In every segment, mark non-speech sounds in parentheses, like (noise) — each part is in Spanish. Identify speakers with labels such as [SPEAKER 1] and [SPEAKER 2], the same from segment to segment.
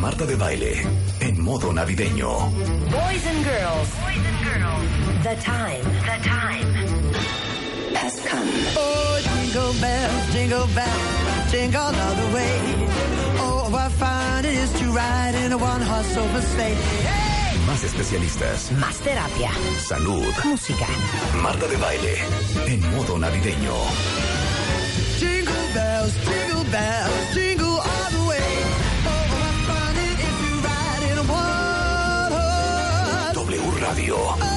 [SPEAKER 1] Marta de baile en modo navideño.
[SPEAKER 2] Boys and girls. Boys and girls. The time. The time. Has come.
[SPEAKER 3] Oh, jingle bells, jingle bells, jingle all the way. Oh, what fun it is to ride in a one-horse open sleigh.
[SPEAKER 1] Más especialistas.
[SPEAKER 2] Más terapia.
[SPEAKER 1] Salud.
[SPEAKER 2] Música.
[SPEAKER 1] Marta de baile en modo navideño.
[SPEAKER 3] Jingle bells, jingle bells, jingle all the way. Oh, what fun it is to ride in a one-horse
[SPEAKER 1] W Radio.
[SPEAKER 3] open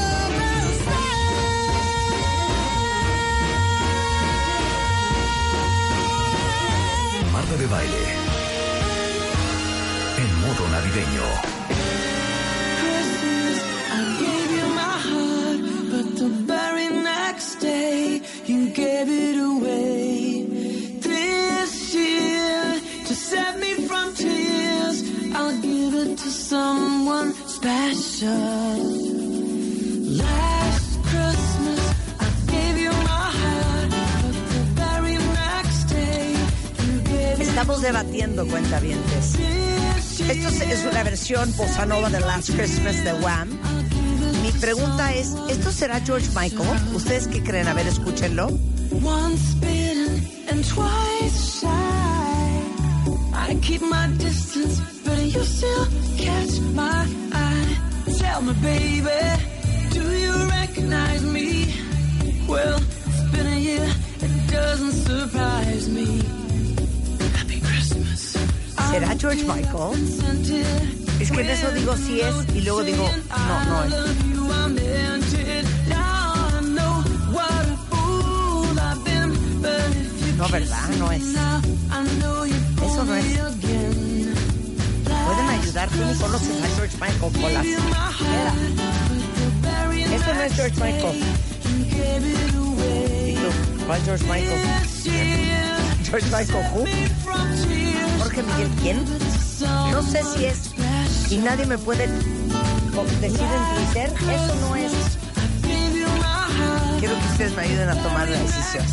[SPEAKER 1] Marta de baile en modo navideño.
[SPEAKER 3] Christmas, I gave you my heart, but the very next day you gave it away. This year, to save me from tears, I'll give it to someone special. Last Christmas, I gave you my heart, but the very next day you gave it
[SPEAKER 4] Estamos debatiendo cuentavientes.
[SPEAKER 3] this year.
[SPEAKER 4] Esto es- es una versión bossa nova de Last Christmas de Wham. Mi pregunta es, ¿esto será George Michael? ¿Ustedes qué creen? A ver, escúchenlo.
[SPEAKER 3] Once bitten and twice shy. I keep my distance, but you still catch my eye. Tell me, baby, do you recognize me? Well, it's been a year, it doesn't surprise me. Happy Christmas.
[SPEAKER 4] ¿Será George Michael? Es que en eso digo sí es y luego digo no, no es.
[SPEAKER 3] No, ¿verdad? No es. Eso no es.
[SPEAKER 4] Pueden ayudar, tú no conoces a George Michael con las tijeras. Esto no es George Michael. ¿Y tú? ¿Cuál George Michael? George Michael, who? Jorge Miguel, ¿quién? No sé si es. Y nadie me puede co- decir en Twitter, eso no es. Quiero que ustedes me ayuden a tomar la decisión.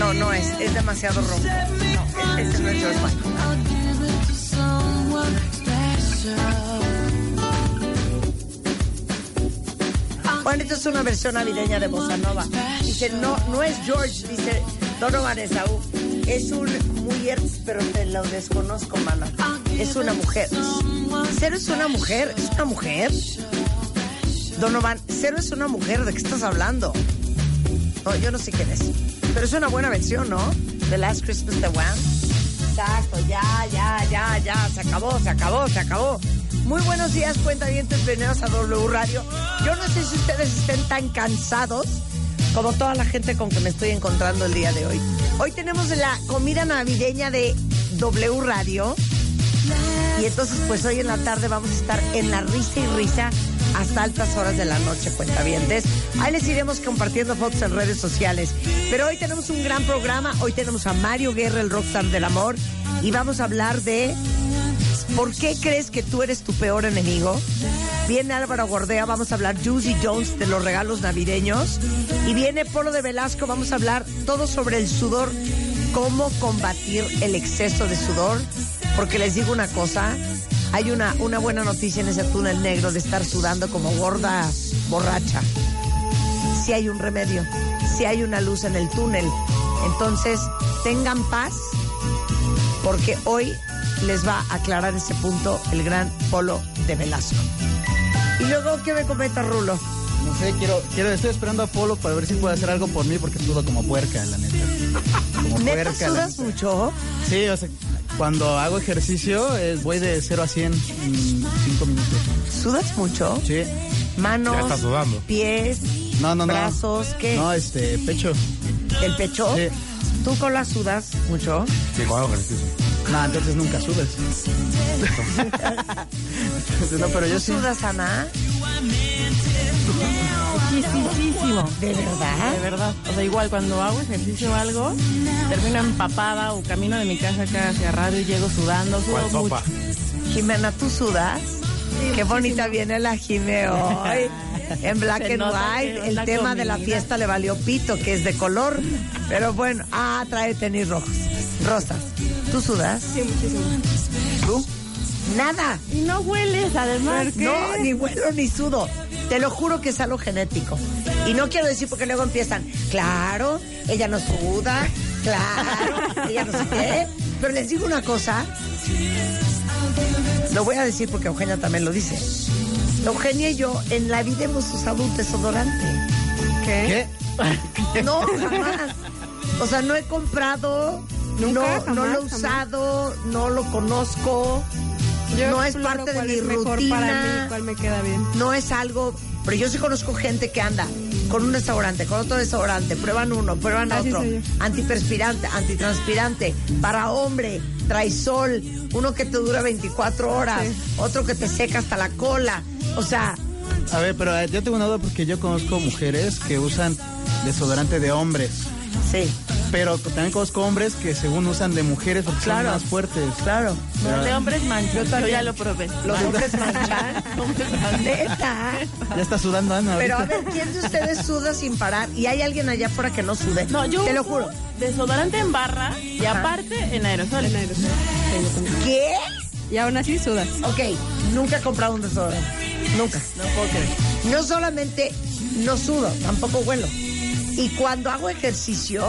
[SPEAKER 4] No, no es, es demasiado ronco. No, e-, ese no es George Michael. Bueno, esto es una versión navideña de Bossa Nova. Dice, no, no es George, dice Donovan Esaú. Es un mujer, pero te lo desconozco, mana. Es una mujer. Cero es una mujer, es una mujer. Donovan, Cero es una mujer, ¿de qué estás hablando? No, yo no sé quién es. Pero es una buena versión, ¿no? The Last Christmas The One. Exacto, ya, ya, ya, ya. Se acabó, se acabó, se acabó. Muy buenos días, cuentavientes, bienvenidos a W Radio. Yo no sé si ustedes estén tan cansados como toda la gente con que me estoy encontrando el día de hoy. Hoy tenemos la comida navideña de W Radio. Y entonces, pues hoy en la tarde vamos a estar en la risa y risa hasta altas horas de la noche, cuentavientes. Ahí les iremos compartiendo fotos en redes sociales. Pero hoy tenemos un gran programa. Hoy tenemos a Mario Guerra, el rockstar del amor. Y vamos a hablar de ¿Por qué crees que tú eres tu peor enemigo? Viene Álvaro Gordea, vamos a hablar Juicy Jones de los regalos navideños. Y viene Polo de Velasco, vamos a hablar todo sobre el sudor, cómo combatir el exceso de sudor. Porque les digo una cosa, hay una, una buena noticia en ese túnel negro de estar sudando como gorda borracha si hay un remedio, si hay una luz en el túnel. Entonces, tengan paz, porque hoy les va a aclarar ese punto el gran polo de Velasco. Y luego, ¿qué me comenta Rulo?
[SPEAKER 5] No sé, quiero, quiero, estoy esperando a Polo para ver si puede hacer algo por mí porque sudo como puerca, la neta. Como
[SPEAKER 4] ¿Neta
[SPEAKER 5] la
[SPEAKER 4] sudas
[SPEAKER 5] neta.
[SPEAKER 4] mucho?
[SPEAKER 5] Sí, o sea, cuando hago ejercicio eh, voy de 0 a 100 en 5 minutos.
[SPEAKER 4] ¿Sudas mucho?
[SPEAKER 5] Sí.
[SPEAKER 4] Manos,
[SPEAKER 6] Ya está sudando.
[SPEAKER 4] pies,
[SPEAKER 5] No, no, no.
[SPEAKER 4] brazos, ¿qué?
[SPEAKER 5] No, este, pecho.
[SPEAKER 4] ¿El pecho?
[SPEAKER 5] Sí.
[SPEAKER 4] ¿Tú cola sudas mucho?
[SPEAKER 3] Sí, cuando hago ejercicio.
[SPEAKER 5] No, entonces nunca subes. Entonces, no, pero yo
[SPEAKER 4] ¿Tú
[SPEAKER 5] sí.
[SPEAKER 4] sudas, Ana?
[SPEAKER 7] Muchísimo.
[SPEAKER 4] ¿De verdad?
[SPEAKER 7] De verdad. O sea, igual cuando hago ejercicio o algo, termino empapada o camino de mi casa acá hacia radio y llego sudando,
[SPEAKER 3] ¿Cuál
[SPEAKER 7] sudo mucho.
[SPEAKER 3] sopa?
[SPEAKER 4] Jimena, ¿tú sudas? Qué bonita viene la Jime hoy. En Black
[SPEAKER 7] Se
[SPEAKER 4] and
[SPEAKER 7] nota que
[SPEAKER 4] White,
[SPEAKER 7] es
[SPEAKER 4] el
[SPEAKER 7] la
[SPEAKER 4] tema de la
[SPEAKER 7] comida.
[SPEAKER 4] fiesta le valió pito, que es de color. Pero bueno, ah, trae tenis rojos. Rosas. ¿Tú sudas? Sí, muchísimo. ¿Tú? Nada.
[SPEAKER 7] Y no hueles, además.
[SPEAKER 4] No, ni vuelo ni sudo. Te lo juro que es algo genético. Y no quiero decir porque luego empiezan, claro, ella no suda, claro, ella no sé qué. Pero les digo una cosa. Lo voy a decir porque Eugenia también lo dice. Eugenia y yo en la vida hemos usado un desodorante.
[SPEAKER 5] ¿Qué?
[SPEAKER 4] No, jamás. O sea, no he comprado, no, no lo he usado, no lo conozco. no es parte de mi rutina.
[SPEAKER 8] me queda bien.
[SPEAKER 4] no es algo, pero yo sí conozco gente que anda con un desodorante, con otro desodorante, prueban uno, prueban
[SPEAKER 8] Así
[SPEAKER 4] otro,
[SPEAKER 8] soy yo.
[SPEAKER 4] antiperspirante, antitranspirante, para hombre, traisol, uno que te dura 24 horas, otro que te seca hasta la cola, o sea,
[SPEAKER 5] A ver, pero eh, yo tengo una duda porque yo conozco mujeres que usan desodorante de hombres.
[SPEAKER 4] sí,
[SPEAKER 5] Pero también conozco hombres que según usan de mujeres porque
[SPEAKER 4] Claro.
[SPEAKER 5] son más fuertes.
[SPEAKER 4] claro.
[SPEAKER 7] No, de hombres manchan. Yo, ya lo probé.
[SPEAKER 4] Los
[SPEAKER 7] Manchan.
[SPEAKER 4] hombres manchan, neta.
[SPEAKER 5] Ya está sudando Ana.
[SPEAKER 4] Pero a
[SPEAKER 5] ahorita.
[SPEAKER 4] ver, ¿quién de ustedes suda sin parar? ¿Y hay alguien allá afuera que no sude?
[SPEAKER 7] No, yo
[SPEAKER 4] Te lo
[SPEAKER 7] uso
[SPEAKER 4] juro.
[SPEAKER 7] Desodorante en barra y
[SPEAKER 4] Ajá.
[SPEAKER 7] aparte en aerosol.
[SPEAKER 8] En aerosol.
[SPEAKER 4] ¿Qué?
[SPEAKER 8] Y aún así sudas.
[SPEAKER 4] Ok, nunca he comprado un desodorante. Nunca. No puedo creer. No solamente no sudo, tampoco huelo. Y cuando hago ejercicio,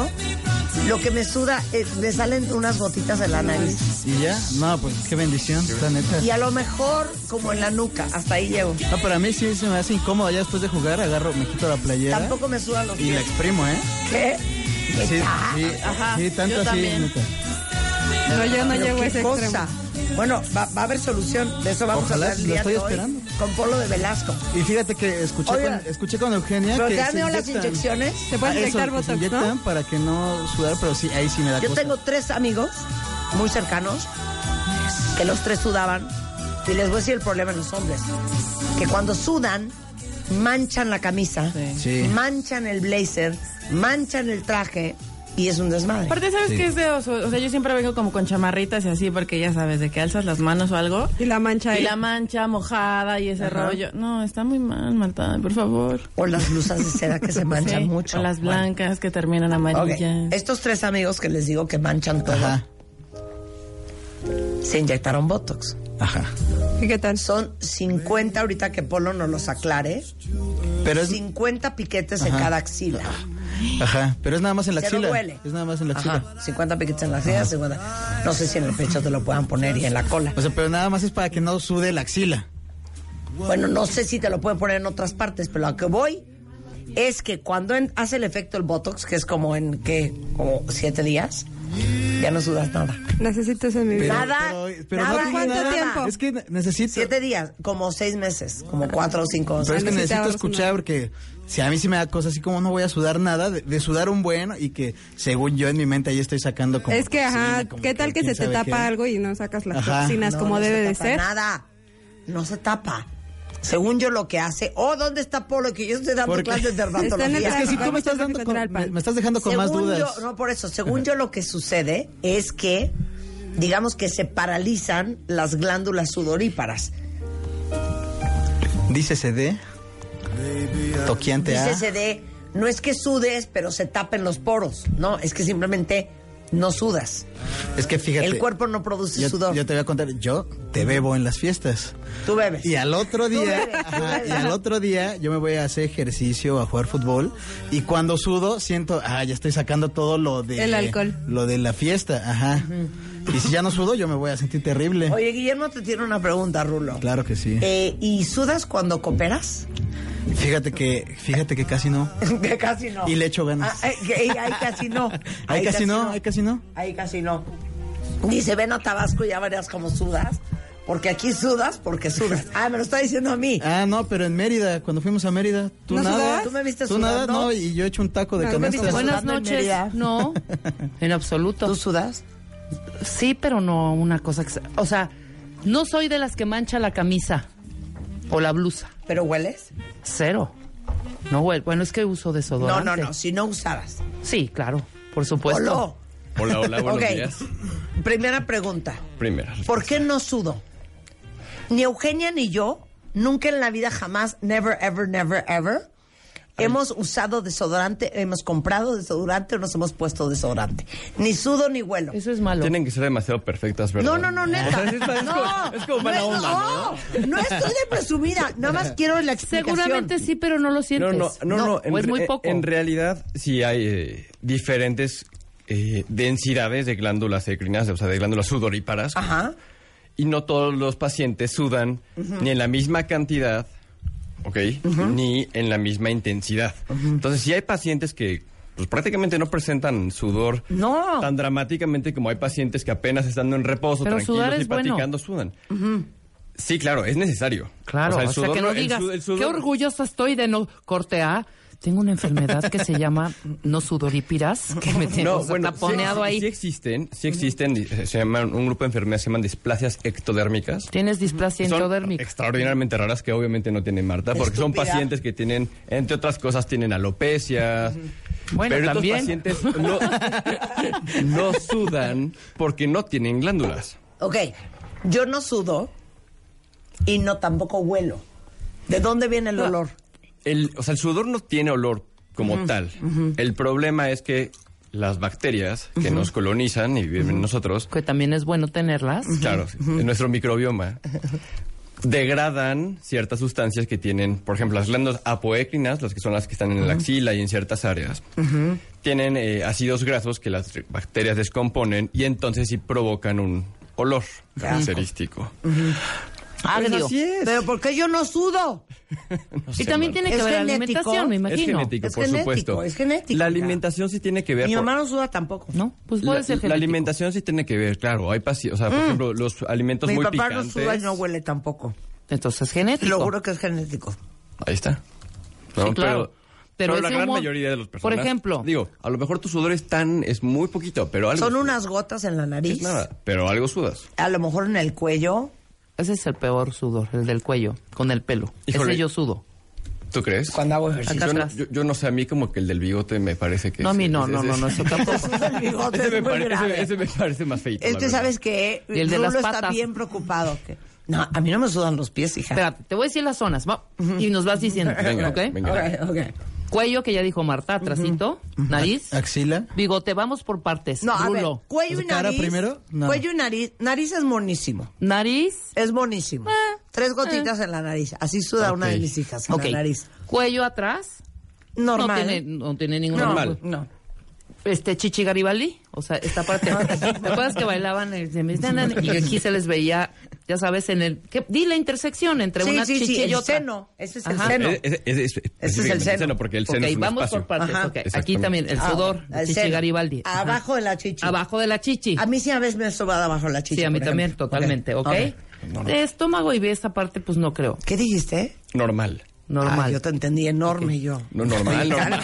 [SPEAKER 4] lo que me suda, es, me salen unas gotitas en la nariz.
[SPEAKER 5] ¿Y ya? No, pues qué bendición, la neta.
[SPEAKER 4] Y a lo mejor como en la nuca, hasta ahí llego.
[SPEAKER 5] No, para mí sí se me hace incómodo. Ya después de jugar agarro, me quito la playera
[SPEAKER 4] Tampoco me sudan los
[SPEAKER 5] y la
[SPEAKER 4] pies.
[SPEAKER 5] exprimo, ¿eh?
[SPEAKER 4] ¿Qué?
[SPEAKER 5] Sí, sí,
[SPEAKER 4] ah,
[SPEAKER 7] Ajá,
[SPEAKER 5] sí, tanto
[SPEAKER 7] yo
[SPEAKER 5] así,
[SPEAKER 7] también.
[SPEAKER 5] neta.
[SPEAKER 8] Pero yo no
[SPEAKER 4] Pero
[SPEAKER 8] llego a
[SPEAKER 4] qué
[SPEAKER 8] ese
[SPEAKER 4] cosa.
[SPEAKER 8] extremo.
[SPEAKER 4] Bueno, va, va a haber solución. De eso vamos
[SPEAKER 5] Ojalá,
[SPEAKER 4] a hablar el
[SPEAKER 5] lo
[SPEAKER 4] día
[SPEAKER 5] estoy
[SPEAKER 4] de hoy
[SPEAKER 5] esperando.
[SPEAKER 4] con Polo de Velasco.
[SPEAKER 5] Y fíjate que escuché,
[SPEAKER 4] Oiga.
[SPEAKER 5] con, escuché con Eugenia
[SPEAKER 4] Pero
[SPEAKER 5] que
[SPEAKER 4] te
[SPEAKER 5] se
[SPEAKER 4] han dado las
[SPEAKER 5] inyectan.
[SPEAKER 4] inyecciones.
[SPEAKER 8] Se puede
[SPEAKER 5] Ah, eso,
[SPEAKER 8] inyectar
[SPEAKER 5] que
[SPEAKER 8] botox,
[SPEAKER 5] se inyectan
[SPEAKER 8] ¿no?
[SPEAKER 5] para que no sudar, pero sí, ahí sí me da
[SPEAKER 4] Yo
[SPEAKER 5] cosa.
[SPEAKER 4] tengo tres amigos muy cercanos que los tres sudaban. Y les voy a decir el problema en los hombres. Que cuando sudan, manchan la camisa,
[SPEAKER 5] Sí.
[SPEAKER 4] manchan el blazer, manchan el traje y es un desmadre.
[SPEAKER 7] Aparte, ¿sabes
[SPEAKER 5] Sí.
[SPEAKER 7] qué es de oso? O sea, yo siempre vengo como con chamarritas y así, porque ya sabes, de que alzas las manos o algo.
[SPEAKER 8] Y la mancha ahí.
[SPEAKER 7] Y la mancha mojada y ese rollo. No, está muy mal, Malta, por favor.
[SPEAKER 4] O las blusas de seda que se manchan
[SPEAKER 7] (laughs) Sí,
[SPEAKER 4] mucho.
[SPEAKER 7] O las blancas que terminan
[SPEAKER 4] Ok,
[SPEAKER 7] amarillas.
[SPEAKER 4] Estos tres amigos que les digo que manchan todo,
[SPEAKER 5] Ajá,
[SPEAKER 4] se inyectaron Botox.
[SPEAKER 5] ajá.
[SPEAKER 8] ¿Y qué tal?
[SPEAKER 4] Son 50, ahorita que Polo nos los aclare,
[SPEAKER 5] Pero es,
[SPEAKER 4] 50 piquetes en
[SPEAKER 5] Ajá.
[SPEAKER 4] cada axila.
[SPEAKER 5] ajá, pero es nada más en la
[SPEAKER 4] Se
[SPEAKER 5] axila.
[SPEAKER 4] no huele.
[SPEAKER 5] Es nada más en la axila.
[SPEAKER 4] Ajá, 50 piquetes en la axila, 50. No sé si en el pecho te lo puedan poner y en la cola.
[SPEAKER 5] O sea, pero nada más es para que no sude la axila.
[SPEAKER 4] Bueno, no sé si te lo pueden poner en otras partes, pero a que voy es que cuando en- hace el efecto el Botox, que es como en, ¿qué? Como siete días, ya no sudas nada.
[SPEAKER 8] Necesito eso en mi
[SPEAKER 5] Pero-
[SPEAKER 8] vida.
[SPEAKER 4] Nada,
[SPEAKER 5] pero- pero
[SPEAKER 4] nada,
[SPEAKER 5] no tiene
[SPEAKER 8] ¿cuánto
[SPEAKER 5] nada.
[SPEAKER 8] tiempo?
[SPEAKER 5] Es que ne- necesito.
[SPEAKER 4] Siete días, como seis meses, como cuatro o cinco.
[SPEAKER 5] Pero es que
[SPEAKER 8] Necesitabas
[SPEAKER 5] necesito
[SPEAKER 8] una-
[SPEAKER 5] escuchar porque si a mí sí me da cosa así como no voy a sudar nada, de, de sudar un buen y que según yo en mi mente ahí estoy sacando como...
[SPEAKER 8] Es que, ajá,
[SPEAKER 5] toxina, como
[SPEAKER 8] ¿qué tal que
[SPEAKER 5] quién
[SPEAKER 8] se te
[SPEAKER 5] sabe
[SPEAKER 8] tapa
[SPEAKER 5] qué.
[SPEAKER 8] algo y no sacas las
[SPEAKER 5] Ajá.
[SPEAKER 8] toxinas
[SPEAKER 4] No,
[SPEAKER 8] como
[SPEAKER 4] no
[SPEAKER 8] debe
[SPEAKER 4] se
[SPEAKER 8] de
[SPEAKER 4] tapa
[SPEAKER 8] ser?
[SPEAKER 4] Nada, no se tapa. Según yo lo que hace, oh, ¿dónde está Polo? Que yo estoy dando
[SPEAKER 5] Porque-
[SPEAKER 4] clases de
[SPEAKER 5] Está en
[SPEAKER 8] el
[SPEAKER 4] dermatología.
[SPEAKER 5] (laughs) Es que si tú me estás,
[SPEAKER 8] Vamos a
[SPEAKER 5] dando con-
[SPEAKER 8] encontrar el
[SPEAKER 5] me,
[SPEAKER 8] pan.
[SPEAKER 5] me estás dejando con más
[SPEAKER 4] Según
[SPEAKER 5] dudas.
[SPEAKER 4] yo- no, por eso, según yo lo que sucede es que, digamos que se paralizan las glándulas sudoríparas.
[SPEAKER 5] Dícese de... Toquiante A.
[SPEAKER 4] Dícese de, no es que sudes, pero se tapen los poros. No, es que simplemente no sudas.
[SPEAKER 5] Es que fíjate...
[SPEAKER 4] El cuerpo no produce
[SPEAKER 5] yo,
[SPEAKER 4] sudor.
[SPEAKER 5] yo te voy a contar, yo te bebo en las fiestas.
[SPEAKER 4] Tú bebes.
[SPEAKER 5] Y al otro día,
[SPEAKER 4] bebes, tú
[SPEAKER 5] ajá,
[SPEAKER 4] bebes.
[SPEAKER 5] y al otro día yo me voy a hacer ejercicio, a jugar fútbol y cuando sudo siento, ah, ya estoy sacando todo lo de
[SPEAKER 8] El alcohol.
[SPEAKER 5] lo de la fiesta, ajá. Y si ya no sudo, yo me voy a sentir terrible.
[SPEAKER 4] Oye, Guillermo te tiene una pregunta, Rulo.
[SPEAKER 5] Claro que sí.
[SPEAKER 4] Eh, ¿Y sudas cuando cooperas? (laughs)
[SPEAKER 5] Fíjate que fíjate que casi no.
[SPEAKER 4] que casi no.
[SPEAKER 5] Y le echo ganas.
[SPEAKER 4] Ah, eh, que- eh, ahí casi no.
[SPEAKER 5] (laughs) Ahí casi no, ahí casi no.
[SPEAKER 4] Ahí casi no. Dice, ven a Tabasco y ya verás cómo sudas. Porque aquí sudas, porque sudas. Ah, me lo está diciendo a mí.
[SPEAKER 5] Ah, no, pero en Mérida, cuando fuimos a Mérida, tú
[SPEAKER 4] ¿No
[SPEAKER 5] nada.
[SPEAKER 4] sudabas? ¿Tú me viste
[SPEAKER 5] Tú nada,
[SPEAKER 4] sudando?
[SPEAKER 5] no, y yo he hecho un taco de
[SPEAKER 4] No, ¿tú me viste
[SPEAKER 5] canasta.
[SPEAKER 4] sudando?
[SPEAKER 7] Buenas
[SPEAKER 4] en
[SPEAKER 7] noches.
[SPEAKER 4] Mérida.
[SPEAKER 7] No, en absoluto.
[SPEAKER 4] ¿Tú sudas?
[SPEAKER 7] Sí, pero no una cosa que... se- O sea, no soy de las que mancha la camisa o la blusa.
[SPEAKER 4] ¿Pero hueles?
[SPEAKER 7] Cero. No, hue- bueno, es que uso
[SPEAKER 4] No,
[SPEAKER 7] desodorante.
[SPEAKER 4] no, no. Si no usaras.
[SPEAKER 7] Sí, claro, por supuesto.
[SPEAKER 4] Oló.
[SPEAKER 3] Hola,
[SPEAKER 4] (laughs)
[SPEAKER 3] hola, buenos
[SPEAKER 4] Ok.
[SPEAKER 3] días.
[SPEAKER 4] Primera pregunta.
[SPEAKER 3] Primera.
[SPEAKER 4] ¿Por qué no sudo? Ni Eugenia ni yo, nunca en la vida jamás, never, ever, never, ever, hemos usado desodorante, hemos comprado desodorante o nos hemos puesto desodorante. Ni sudo ni huelo.
[SPEAKER 7] Eso es malo.
[SPEAKER 3] Tienen que ser demasiado perfectas, ¿verdad?
[SPEAKER 4] No, no, no, neta.
[SPEAKER 3] O sea, (laughs) es, es
[SPEAKER 4] no,
[SPEAKER 3] como, es como mala
[SPEAKER 4] no,
[SPEAKER 3] onda, ¿no?
[SPEAKER 4] no, no estoy de presumida. Nada más quiero la explicación.
[SPEAKER 7] Seguramente sí, pero no lo
[SPEAKER 3] No,
[SPEAKER 7] sientes.
[SPEAKER 3] no, no, no, en,
[SPEAKER 7] o es
[SPEAKER 3] re-
[SPEAKER 7] muy poco.
[SPEAKER 3] en realidad sí hay eh, diferentes eh, densidades de glándulas secrinas, o sea, de glándulas sudoríparas.
[SPEAKER 4] Ajá.
[SPEAKER 3] Ah, Y no todos los pacientes sudan ni en la misma cantidad, ¿ok? Ni en la misma intensidad. Entonces sí hay pacientes que pues, prácticamente no presentan sudor
[SPEAKER 4] No.
[SPEAKER 3] tan dramáticamente como hay pacientes que apenas estando en reposo,
[SPEAKER 7] Pero
[SPEAKER 3] tranquilos
[SPEAKER 7] sudar
[SPEAKER 3] y
[SPEAKER 7] es bueno.
[SPEAKER 3] practicando, sudan. Sí, claro, es necesario.
[SPEAKER 7] Claro, o sea,
[SPEAKER 3] el sudor
[SPEAKER 7] que
[SPEAKER 3] no-
[SPEAKER 7] no
[SPEAKER 3] el
[SPEAKER 7] digas,
[SPEAKER 3] sud- el sudor-
[SPEAKER 7] qué orgullosa estoy de no corte A. Tengo una enfermedad que se llama no sudorípiras, que
[SPEAKER 3] (laughs)
[SPEAKER 7] me tiene o sea, taponeado
[SPEAKER 3] sí,
[SPEAKER 7] ahí.
[SPEAKER 3] sí existen, sí existen, eh, se llaman, un grupo de enfermedades se llaman displasias ectodérmicas.
[SPEAKER 7] Tienes displasia
[SPEAKER 3] que son
[SPEAKER 7] endodérmica.
[SPEAKER 3] extraordinariamente raras que obviamente no tiene Marta, porque son
[SPEAKER 4] Estúpida.
[SPEAKER 3] pacientes que tienen, entre otras cosas, tienen alopecia.
[SPEAKER 7] Bueno,
[SPEAKER 3] pero
[SPEAKER 7] también.
[SPEAKER 3] estos pacientes no, no sudan porque no tienen glándulas.
[SPEAKER 4] Ok, yo no sudo y no tampoco huelo. ¿De dónde viene el olor?
[SPEAKER 3] El, o sea, el sudor no tiene olor como tal. El problema es que las bacterias que nos colonizan y viven en nosotros
[SPEAKER 7] Que también es bueno tenerlas.
[SPEAKER 3] Claro, sí. en nuestro microbioma degradan ciertas sustancias que tienen, por ejemplo, las glándulas apoécrinas, las que son las que están en la axila y en ciertas áreas, tienen eh, ácidos grasos que las bacterias descomponen y entonces sí provocan un olor característico.
[SPEAKER 7] ah,
[SPEAKER 4] Agrio.
[SPEAKER 3] así es.
[SPEAKER 4] Pero ¿por qué yo no sudo?
[SPEAKER 3] No
[SPEAKER 7] Y
[SPEAKER 3] sé,
[SPEAKER 7] también
[SPEAKER 3] Marta.
[SPEAKER 7] tiene que
[SPEAKER 4] ¿Es
[SPEAKER 7] ver la
[SPEAKER 4] genético?
[SPEAKER 7] alimentación, me imagino.
[SPEAKER 3] es genético,
[SPEAKER 4] Es
[SPEAKER 3] por
[SPEAKER 4] genético,
[SPEAKER 3] supuesto.
[SPEAKER 4] es genético, mira.
[SPEAKER 3] La alimentación sí tiene que ver
[SPEAKER 4] Mi
[SPEAKER 3] por-
[SPEAKER 4] mamá no suda tampoco.
[SPEAKER 7] ¿No? Pues puede
[SPEAKER 3] la,
[SPEAKER 7] ser
[SPEAKER 3] la
[SPEAKER 7] genético.
[SPEAKER 3] alimentación sí tiene que ver, claro. Hay paci- o sea, por ejemplo, los alimentos
[SPEAKER 4] Mi
[SPEAKER 3] muy
[SPEAKER 4] papá
[SPEAKER 3] picantes.
[SPEAKER 4] no suda y no huele tampoco.
[SPEAKER 7] Entonces, genético.
[SPEAKER 4] Lo juro que es genético.
[SPEAKER 3] Ahí está.
[SPEAKER 7] Sí, claro. Pero
[SPEAKER 3] Pero,
[SPEAKER 7] es
[SPEAKER 3] la
[SPEAKER 7] de
[SPEAKER 3] gran
[SPEAKER 7] un mo-
[SPEAKER 3] mayoría de las
[SPEAKER 7] Por
[SPEAKER 3] personas.
[SPEAKER 7] ejemplo.
[SPEAKER 3] Digo, a lo mejor tu sudor es tan. es muy poquito, pero algo.
[SPEAKER 4] Son
[SPEAKER 3] sudas.
[SPEAKER 4] unas gotas en la nariz.
[SPEAKER 3] Es nada, pero algo sudas.
[SPEAKER 4] A lo mejor en el cuello.
[SPEAKER 7] Ese es el peor sudor, el del cuello, con el pelo.
[SPEAKER 3] Híjole.
[SPEAKER 7] Ese yo sudo.
[SPEAKER 3] ¿Tú crees?
[SPEAKER 4] Cuando hago
[SPEAKER 7] ejercicio.
[SPEAKER 3] Yo no,
[SPEAKER 7] atrás.
[SPEAKER 3] yo- yo no sé, a mí como que el del bigote me parece que.
[SPEAKER 7] No, a
[SPEAKER 3] es-
[SPEAKER 7] mí no,
[SPEAKER 3] es-
[SPEAKER 7] no,
[SPEAKER 3] es-
[SPEAKER 7] no, no, eso tampoco.
[SPEAKER 4] El bigote
[SPEAKER 3] (laughs) Ese
[SPEAKER 4] es
[SPEAKER 3] me,
[SPEAKER 4] muy
[SPEAKER 3] parece,
[SPEAKER 4] grave.
[SPEAKER 3] ese, ese me parece más feito.
[SPEAKER 4] Es que,
[SPEAKER 3] la verdad.
[SPEAKER 4] ¿sabes que
[SPEAKER 7] Y el de las
[SPEAKER 4] está
[SPEAKER 7] patas.
[SPEAKER 4] bien preocupado. que- No, a mí no me sudan los pies, hija.
[SPEAKER 7] Espérate, te voy a decir las zonas, va, y nos vas diciendo,
[SPEAKER 3] Venga,
[SPEAKER 7] ¿ok?
[SPEAKER 3] venga.
[SPEAKER 4] Ok, ok.
[SPEAKER 7] Cuello, que ya dijo Marta, trasito, nariz,
[SPEAKER 5] Axila.
[SPEAKER 7] bigote, vamos por partes,
[SPEAKER 4] No, a
[SPEAKER 7] rulo,
[SPEAKER 4] ver, cuello y
[SPEAKER 5] ¿Cara
[SPEAKER 4] nariz.
[SPEAKER 5] primero? No.
[SPEAKER 4] Cuello y nariz. Nariz es monísimo.
[SPEAKER 7] nariz,
[SPEAKER 4] Es monísimo. Tres gotitas en la nariz. Así suda una de
[SPEAKER 3] Ok.
[SPEAKER 4] mis hijas en
[SPEAKER 7] Ah, ok,
[SPEAKER 4] la nariz.
[SPEAKER 7] cuello atrás,
[SPEAKER 4] Normal.
[SPEAKER 7] no tiene, no tiene ningún
[SPEAKER 3] Normal.
[SPEAKER 4] No.
[SPEAKER 7] Este Chichi Garibaldi, o sea, esta (laughs) parte, ¿te acuerdas que bailaban el- y aquí se les veía, ya sabes, en el, ¿qué? di la intersección entre
[SPEAKER 4] Sí,
[SPEAKER 7] una
[SPEAKER 4] sí, sí,
[SPEAKER 7] chichi y
[SPEAKER 4] el
[SPEAKER 7] otra.
[SPEAKER 4] seno. Ese es el
[SPEAKER 7] Ajá.
[SPEAKER 4] seno.
[SPEAKER 3] Eh, ese- ese- ese-
[SPEAKER 4] es el
[SPEAKER 3] específicamente
[SPEAKER 4] seno.
[SPEAKER 3] porque el seno
[SPEAKER 7] ok,
[SPEAKER 3] es un
[SPEAKER 7] vamos
[SPEAKER 3] espacio.
[SPEAKER 7] por partes,
[SPEAKER 4] Ajá.
[SPEAKER 7] ok. Aquí
[SPEAKER 3] Exactamente.
[SPEAKER 7] también el
[SPEAKER 4] Ah,
[SPEAKER 7] sudor,
[SPEAKER 4] el
[SPEAKER 7] chichi
[SPEAKER 4] seno.
[SPEAKER 7] Garibaldi. Ajá.
[SPEAKER 4] Abajo de la chichi.
[SPEAKER 7] Abajo de la chichi.
[SPEAKER 4] A mí sí a veces me he sobado abajo la chicha.
[SPEAKER 7] Sí, a mí también, totalmente, ¿ok? De estómago y de esta parte, pues no creo.
[SPEAKER 4] ¿Qué dijiste?
[SPEAKER 3] Normal.
[SPEAKER 4] Ah,
[SPEAKER 7] Normal.
[SPEAKER 4] yo te entendí enorme yo.
[SPEAKER 3] No, normal,
[SPEAKER 4] (laughs)
[SPEAKER 3] normal.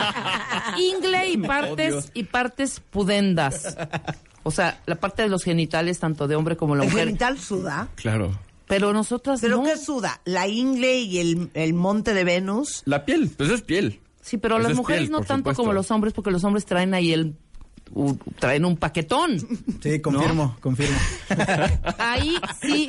[SPEAKER 7] (laughs) Ingle y partes
[SPEAKER 3] Dios.
[SPEAKER 7] y partes pudendas. O sea, la parte de los genitales, tanto de hombre como la
[SPEAKER 4] El
[SPEAKER 7] mujer.
[SPEAKER 4] genital suda.
[SPEAKER 3] Claro.
[SPEAKER 7] Pero nosotras
[SPEAKER 4] ¿Pero
[SPEAKER 7] no.
[SPEAKER 4] qué suda? ¿La ingle y el, el monte de Venus?
[SPEAKER 3] La piel, pues es piel.
[SPEAKER 7] Sí, pero
[SPEAKER 3] Eso
[SPEAKER 7] las
[SPEAKER 3] es
[SPEAKER 7] mujeres
[SPEAKER 3] piel,
[SPEAKER 7] no
[SPEAKER 3] por
[SPEAKER 7] tanto
[SPEAKER 3] supuesto.
[SPEAKER 7] como los hombres, porque los hombres traen ahí el. u- traen un paquetón.
[SPEAKER 5] Sí, confirmo, confirmo.
[SPEAKER 7] Ahí sí.